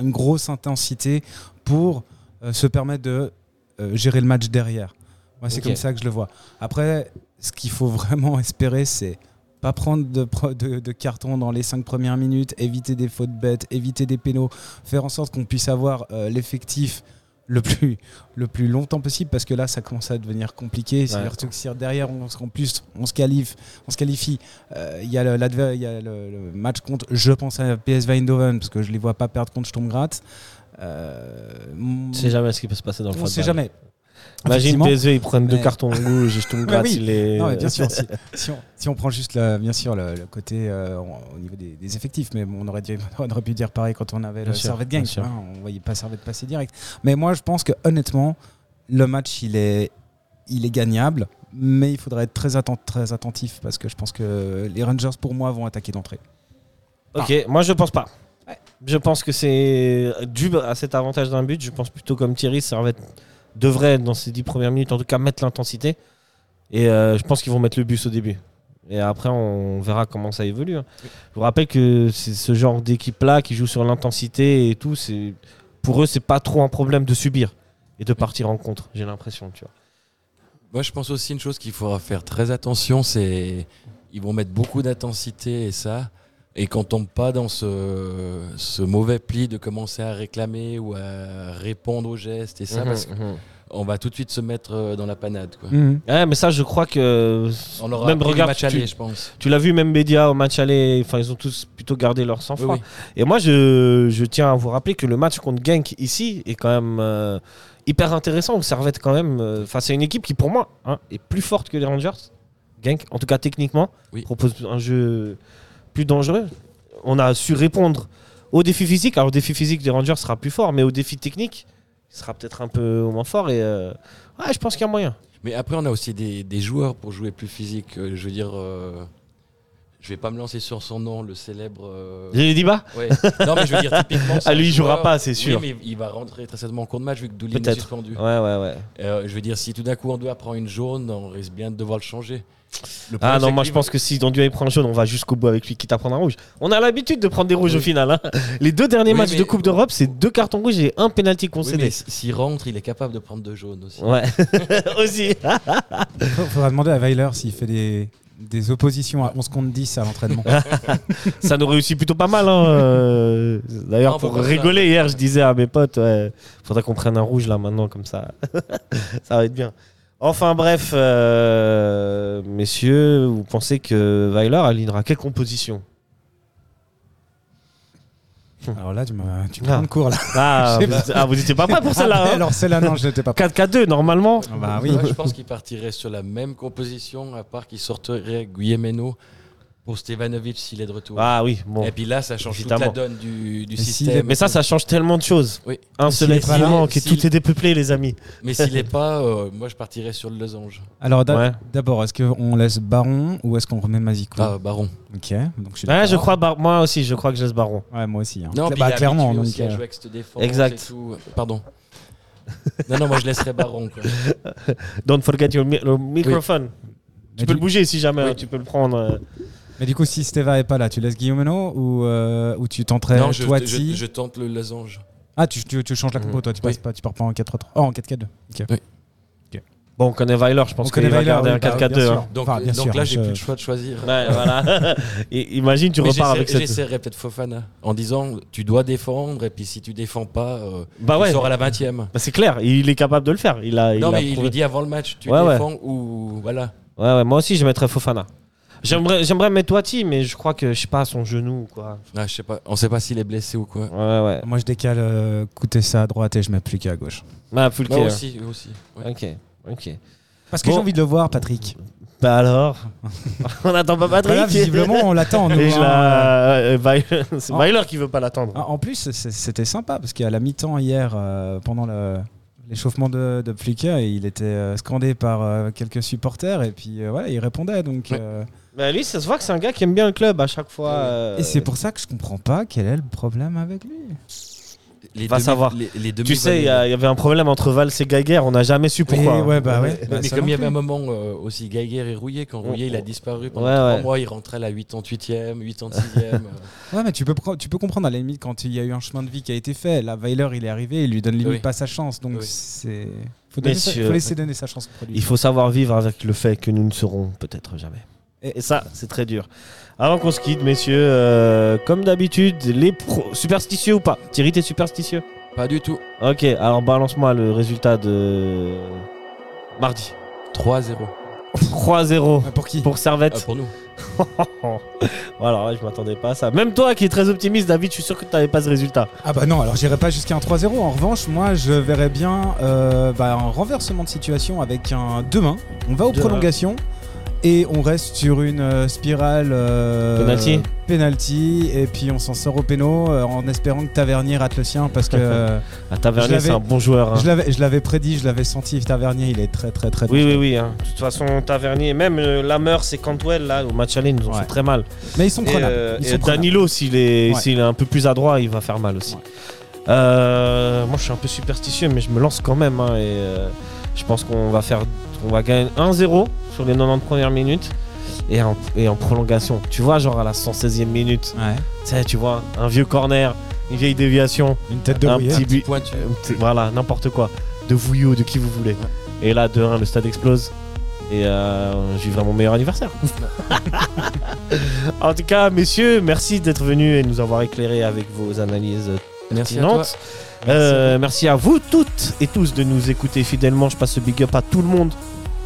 Speaker 6: une grosse intensité pour euh, se permettre de euh, gérer le match derrière. Moi, c'est
Speaker 5: Ok.
Speaker 6: comme ça que je le vois. Après, ce qu'il faut vraiment espérer, c'est pas prendre de, pro- de, de carton dans les 5 premières minutes, éviter des fautes bêtes, éviter des pénaux, faire en sorte qu'on puisse avoir euh, l'effectif le plus, le plus longtemps possible parce que là ça commence à devenir compliqué. C'est-à-dire que si derrière on se, en plus on se qualifie, on se qualifie. euh, Il y a, le, l'adver- il y a le, le match contre, je pense à PSV Eindhoven parce que je les vois pas perdre contre Sturmgrat. Euh,
Speaker 5: On sait jamais ce qui peut se passer dans le
Speaker 6: on
Speaker 5: football.
Speaker 6: sait jamais.
Speaker 5: Imagine
Speaker 6: Effectivement.
Speaker 5: PSV, ils prennent deux
Speaker 6: Mais-
Speaker 5: cartons rouges et je tombe
Speaker 6: Mais
Speaker 5: gratte.
Speaker 6: oui.
Speaker 5: il est-
Speaker 6: Non, mais bien sûr, si, si on, si on prend juste la- bien sûr, le, le côté euh, on- au niveau des, des effectifs, mais bon, on, aurait dû- on aurait pu dire pareil quand on avait
Speaker 5: Bien
Speaker 6: le
Speaker 5: sûr,
Speaker 6: Servette Gang.
Speaker 5: bien sûr.
Speaker 6: hein, on voyait pas Servette passer direct. Mais moi, je pense que honnêtement, le match, il est, il est gagnable, mais il faudra être très, atten- très attentif parce que je pense que les Rangers, pour moi, vont attaquer d'entrée.
Speaker 5: Ok, moi je pense pas. Je pense que c'est dû à cet avantage d'un but. Je pense plutôt comme Thierry, Servette devrait dans ses dix premières minutes en tout cas mettre l'intensité. Et euh, je pense qu'ils vont mettre le bus au début. Et après, on verra comment ça évolue. hein. Je vous rappelle que c'est ce genre d'équipe-là qui joue sur l'intensité et tout. C'est pour eux, c'est pas trop un problème de subir et de partir en contre. J'ai l'impression, tu vois.
Speaker 7: Moi, je pense aussi une chose qu'il faudra faire très attention, c'est ils vont mettre beaucoup d'intensité et ça, et qu'on tombe pas dans ce, ce mauvais pli de commencer à réclamer ou à répondre aux gestes et
Speaker 5: Mm-hmm.
Speaker 7: ça, parce qu'on va tout de suite se mettre euh, dans la panade. Quoi.
Speaker 5: Ouais, mais ça, je crois que
Speaker 7: On aura
Speaker 5: Même
Speaker 7: pris le
Speaker 5: regard,
Speaker 7: match
Speaker 5: tu-
Speaker 7: aller, je pense.
Speaker 5: tu l'as vu, même Média au match aller. Enfin, ils ont tous plutôt gardé leur
Speaker 7: Oui,
Speaker 5: sang-froid.
Speaker 7: oui.
Speaker 5: Et moi, je, je tiens à vous rappeler que le match contre Genk ici est quand même euh, hyper intéressant. Où Servette, quand même, euh, face à une équipe qui, pour moi, hein, est plus forte que les Rangers. Genk, en tout cas techniquement,
Speaker 7: Oui.
Speaker 5: propose un jeu plus dangereux. On a su répondre au défi physique. Alors, le défi physique des Rangers sera plus fort, mais au défi technique, il sera peut-être un peu moins fort. Et euh, ouais, je pense qu'il y a moyen.
Speaker 7: Mais après, on a aussi des, des joueurs pour jouer plus physique. Euh, Je veux dire, euh, je vais pas me lancer sur son nom, le célèbre. euh,
Speaker 5: J'ai dit bas
Speaker 7: ouais. Non, mais je veux dire, typiquement. c'est
Speaker 5: Ah,
Speaker 7: un
Speaker 5: lui, il
Speaker 7: joueur-
Speaker 5: jouera pas, c'est
Speaker 7: Oui,
Speaker 5: sûr.
Speaker 7: mais il va rentrer très certainement en cours de match vu que Doulin est
Speaker 5: Peut-être. Ah.
Speaker 7: suspendu.
Speaker 5: Ouais, ouais, ouais.
Speaker 7: Euh, je veux dire, si tout d'un coup on doit prendre une jaune, on risque bien de devoir le changer.
Speaker 5: Ah
Speaker 7: Le problème,
Speaker 5: non,
Speaker 7: c'est
Speaker 5: moi
Speaker 7: que
Speaker 5: je pense que si Dondieu il prend un jaune, on va jusqu'au bout avec lui, quitte à prendre un rouge. On a l'habitude de prendre des rouges
Speaker 7: Oui.
Speaker 5: au final. hein. Les deux derniers
Speaker 7: Oui,
Speaker 5: matchs
Speaker 7: mais-
Speaker 5: de Coupe d'Europe, c'est deux cartons rouges et un pénalty
Speaker 7: Oui, mais
Speaker 5: concédé.
Speaker 7: s- s'il rentre, il est capable de prendre deux jaunes aussi.
Speaker 5: Ouais, aussi.
Speaker 6: Il faudra demander à Weiler s'il fait des, des oppositions à 11 contre 10 à l'entraînement.
Speaker 5: Ça nous réussit plutôt pas mal. hein, euh. D'ailleurs,
Speaker 7: Non,
Speaker 5: pour
Speaker 7: faut pas
Speaker 5: rigoler, hier, je disais à mes potes, ouais, faudrait qu'on prenne un rouge là maintenant, comme ça. ça va être bien. Enfin, bref, euh, messieurs, vous pensez que Weiler alignera quelle composition
Speaker 6: alors là, tu me, tu me
Speaker 5: Ah.
Speaker 6: prends de court. Là.
Speaker 5: ah,
Speaker 6: Je sais
Speaker 5: vous,
Speaker 6: pas.
Speaker 5: ah, vous étiez pas prêt pour
Speaker 6: Ah,
Speaker 5: celle-là. hein
Speaker 6: alors celle-là, non, je n'étais pas
Speaker 5: 4K2, normalement.
Speaker 6: Ah bah oui.
Speaker 7: Moi, je pense qu'il partirait sur la même composition, à part qu'il sortirait Guillemeno pour Stevanovic s'il est de retour.
Speaker 5: Ah oui, bon.
Speaker 7: Et puis là, ça change toute la
Speaker 5: Évidemment.
Speaker 7: donne du, du
Speaker 6: s'il
Speaker 7: système.
Speaker 5: Mais ça, ça change tellement de choses.
Speaker 7: Oui.
Speaker 5: Un seul
Speaker 7: s'il
Speaker 5: être
Speaker 7: est pas là,
Speaker 5: vivant, que
Speaker 7: s'il-
Speaker 5: tout est dépeuplé, les amis.
Speaker 7: Mais s'il n'est pas, euh, moi je partirais sur le losange.
Speaker 6: Alors d'ab-
Speaker 5: Ouais.
Speaker 6: d'abord, est-ce qu'on laisse Baron ou est-ce qu'on remet Mazikou
Speaker 7: Ah, Baron.
Speaker 6: Ok, donc je suis
Speaker 5: Ouais,
Speaker 6: d'accord.
Speaker 5: je crois, Bar- moi aussi, je crois que je laisse Baron.
Speaker 6: Ouais, moi aussi. hein.
Speaker 7: Non,
Speaker 6: Cla-
Speaker 7: puis
Speaker 6: bah,
Speaker 7: il est
Speaker 6: clairement.
Speaker 7: habitué
Speaker 6: donc,
Speaker 7: aussi à
Speaker 6: euh,
Speaker 7: jouer avec cette défense
Speaker 5: Exact.
Speaker 7: et tout. Pardon. non, non, moi je laisserais Baron. quoi.
Speaker 5: Don't forget your mi- le microphone. Tu peux
Speaker 6: mais, du,
Speaker 5: le bouger si jamais,
Speaker 7: Oui.
Speaker 5: hein, tu peux le prendre. euh.
Speaker 6: mais du coup, si Steva est pas là, tu laisses Guillaume ou euh, ou tu tenterais
Speaker 7: non, je,
Speaker 6: toi
Speaker 7: je-
Speaker 6: Tsi
Speaker 7: je tente le losange.
Speaker 6: Ah, tu, tu, tu changes la compo, toi, tu
Speaker 7: Oui.
Speaker 6: passes pas, tu pars pas en 4-3-3. Oh, en 4-4-2. Ok.
Speaker 7: Oui.
Speaker 6: Ok.
Speaker 5: Bon, on connaît Weiler, je pense
Speaker 6: On connaît
Speaker 5: qu'il va
Speaker 6: Weiler,
Speaker 5: garder
Speaker 6: oui,
Speaker 5: un
Speaker 6: bah,
Speaker 5: 4-4-2.
Speaker 6: bien sûr.
Speaker 5: hein.
Speaker 7: Donc,
Speaker 6: Enfin, bien
Speaker 7: donc
Speaker 6: sûr,
Speaker 7: là, j'ai
Speaker 6: je-
Speaker 7: plus le choix de choisir.
Speaker 5: Ouais, voilà. Et Imagine, tu
Speaker 7: Mais
Speaker 5: repars avec
Speaker 7: j'essaie-
Speaker 5: cette.
Speaker 7: J'essaierai peut-être Fofana en disant tu dois défendre et puis si tu défends pas, euh,
Speaker 5: Bah
Speaker 7: tu
Speaker 5: ouais,
Speaker 7: sors à
Speaker 5: bah
Speaker 7: la 20 e
Speaker 5: c'est clair, il est capable de le faire. Il a, il
Speaker 7: Non
Speaker 5: a
Speaker 7: mais il
Speaker 5: prouvé.
Speaker 7: lui dit avant le match tu
Speaker 5: Ouais, ouais.
Speaker 7: défends ou voilà.
Speaker 5: Ouais, ouais, moi aussi, je mettrais Fofana. J'aimerais, j'aimerais mettre Toiti, mais je crois que, je sais pas, son genou ou quoi.
Speaker 7: Ah, je sais pas, on sait pas s'il est blessé ou quoi.
Speaker 5: Ouais, ouais.
Speaker 6: Moi, je décale euh, coûter ça à droite et je mets plus qu'à gauche.
Speaker 5: Bah, Fulke,
Speaker 7: Moi
Speaker 5: hein.
Speaker 7: aussi, eux aussi. ouais.
Speaker 5: Ok, ok.
Speaker 6: Parce que
Speaker 5: Bon.
Speaker 6: j'ai envie de le voir, Patrick.
Speaker 5: Bah alors On n'attend pas Patrick
Speaker 6: Voilà, Bah, visiblement, on l'attend. nous,
Speaker 5: Et je
Speaker 6: hein.
Speaker 5: la- euh, Weiler- C'est
Speaker 6: Oh.
Speaker 5: Weiler qui veut pas l'attendre.
Speaker 6: Ah, En en plus, c'est- c'était sympa parce qu'à la mi-temps hier, euh, pendant le- l'échauffement de, de Plica, il était euh, scandé par euh, quelques supporters et puis euh, voilà, il répondait. Donc,
Speaker 7: Ouais.
Speaker 6: euh,
Speaker 5: Bah, lui, ça se voit que c'est un gars qui aime bien le club à chaque fois. euh,
Speaker 6: et c'est pour ça que je comprends pas quel est le problème avec lui.
Speaker 7: Les
Speaker 5: Va
Speaker 7: demi-
Speaker 5: savoir.
Speaker 7: Les, les
Speaker 5: Tu
Speaker 7: demi-
Speaker 5: sais, il y,
Speaker 7: mais-
Speaker 5: a- il y avait un problème entre Valls et Geiger, on n'a jamais su pourquoi. hein.
Speaker 6: Et ouais, bah ouais.
Speaker 7: mais,
Speaker 6: Bah, ça
Speaker 7: comme il y
Speaker 6: non
Speaker 7: avait un
Speaker 6: plus.
Speaker 7: moment euh, aussi Geiger et Rouillé, quand
Speaker 5: On-
Speaker 7: Rouillé il a
Speaker 5: on-
Speaker 7: disparu pendant
Speaker 5: Ouais,
Speaker 7: trois
Speaker 5: ouais.
Speaker 7: mois, il rentrait à la 88e, 86e. euh,
Speaker 6: Ouais, mais tu peux, pro- tu peux comprendre à la limite quand il y a eu un chemin de vie qui a été fait. Là, Weiler, il est arrivé, il lui donne limite
Speaker 7: Oui.
Speaker 6: pas sa chance. Donc,
Speaker 7: Oui.
Speaker 6: c'est. Faut, donner sa-
Speaker 5: Messieurs.
Speaker 6: faut laisser donner sa chance au produit.
Speaker 5: euh, Il faut savoir vivre avec le fait que nous ne serons peut-être jamais. Et, et ça, c'est très dur. Avant qu'on se quitte, messieurs, euh, comme d'habitude, les pros, superstitieux ou pas Thierry, t'es superstitieux
Speaker 7: Pas du tout.
Speaker 5: Ok, alors balance-moi le résultat de mardi.
Speaker 7: 3-0
Speaker 5: 3-0
Speaker 6: Ah, Pour qui
Speaker 5: pour
Speaker 7: Ah,
Speaker 5: Servette.
Speaker 7: pour nous.
Speaker 5: voilà, ouais, je m'attendais pas à ça. Même toi qui es très optimiste, David, je suis sûr que tu n'avais pas ce résultat.
Speaker 6: Ah bah non, alors j'irai pas jusqu'à un 3-0. En revanche, moi je verrais bien euh, bah, un renversement de situation avec un demain. On va aux
Speaker 5: Demain.
Speaker 6: prolongations et on reste sur une euh, spirale euh,
Speaker 5: Penalty.
Speaker 6: penalty, et puis on s'en sort au péno euh, en espérant que Tavernier rate le sien parce que euh,
Speaker 5: Ah, Tavernier,
Speaker 6: Je l'avais-
Speaker 5: c'est un bon joueur. hein.
Speaker 6: je l'avais- je l'avais prédit, je l'avais senti. Tavernier, il est très très très.
Speaker 5: Oui, oui, oui. hein. De toute façon, Tavernier, même euh, Lammers et Cantwell, là, au match aller, ils nous ont
Speaker 6: Ouais.
Speaker 5: fait très mal.
Speaker 6: Mais ils sont
Speaker 5: Et,
Speaker 6: prenables.
Speaker 5: euh,
Speaker 6: Ils
Speaker 5: et
Speaker 6: sont prenables.
Speaker 5: Danilo, s'il est,
Speaker 6: Ouais.
Speaker 5: s'il est un peu plus adroit, il va faire mal aussi. Euh, moi, je suis un peu superstitieux, mais je me lance quand même. hein, et euh, je pense qu'on va faire, on va gagner 1-0 sur les 90 premières minutes et en, et en prolongation. Tu vois, genre à la 116e minute,
Speaker 6: Ouais.
Speaker 5: tu sais, tu vois, un vieux corner, une vieille déviation,
Speaker 6: Une tête de
Speaker 5: un
Speaker 6: rouillé.
Speaker 5: petit but,
Speaker 7: Pointu.
Speaker 5: un petit- voilà, n'importe quoi, de Vouillot, de qui vous voulez. Et là, 2-1, le stade explose. Et euh, je vivrai mon meilleur anniversaire. en tout cas, messieurs, merci d'être venus et de nous avoir éclairés avec vos analyses
Speaker 7: Merci à toi.
Speaker 5: pertinentes. Euh, Merci à, vous toutes et tous de nous écouter fidèlement. Je passe ce big up à tout le monde.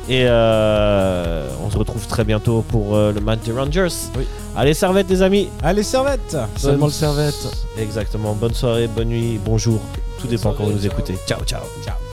Speaker 5: Et euh, on se retrouve très bientôt pour euh, le match des Rangers.
Speaker 7: Oui.
Speaker 5: Allez, servette, les amis.
Speaker 6: Allez, servette
Speaker 7: Seulement le servette.
Speaker 5: Exactement. Bonne soirée, bonne nuit, bonjour. Tout dépend quand vous nous écoutez. Ciao, ciao.
Speaker 6: Ciao.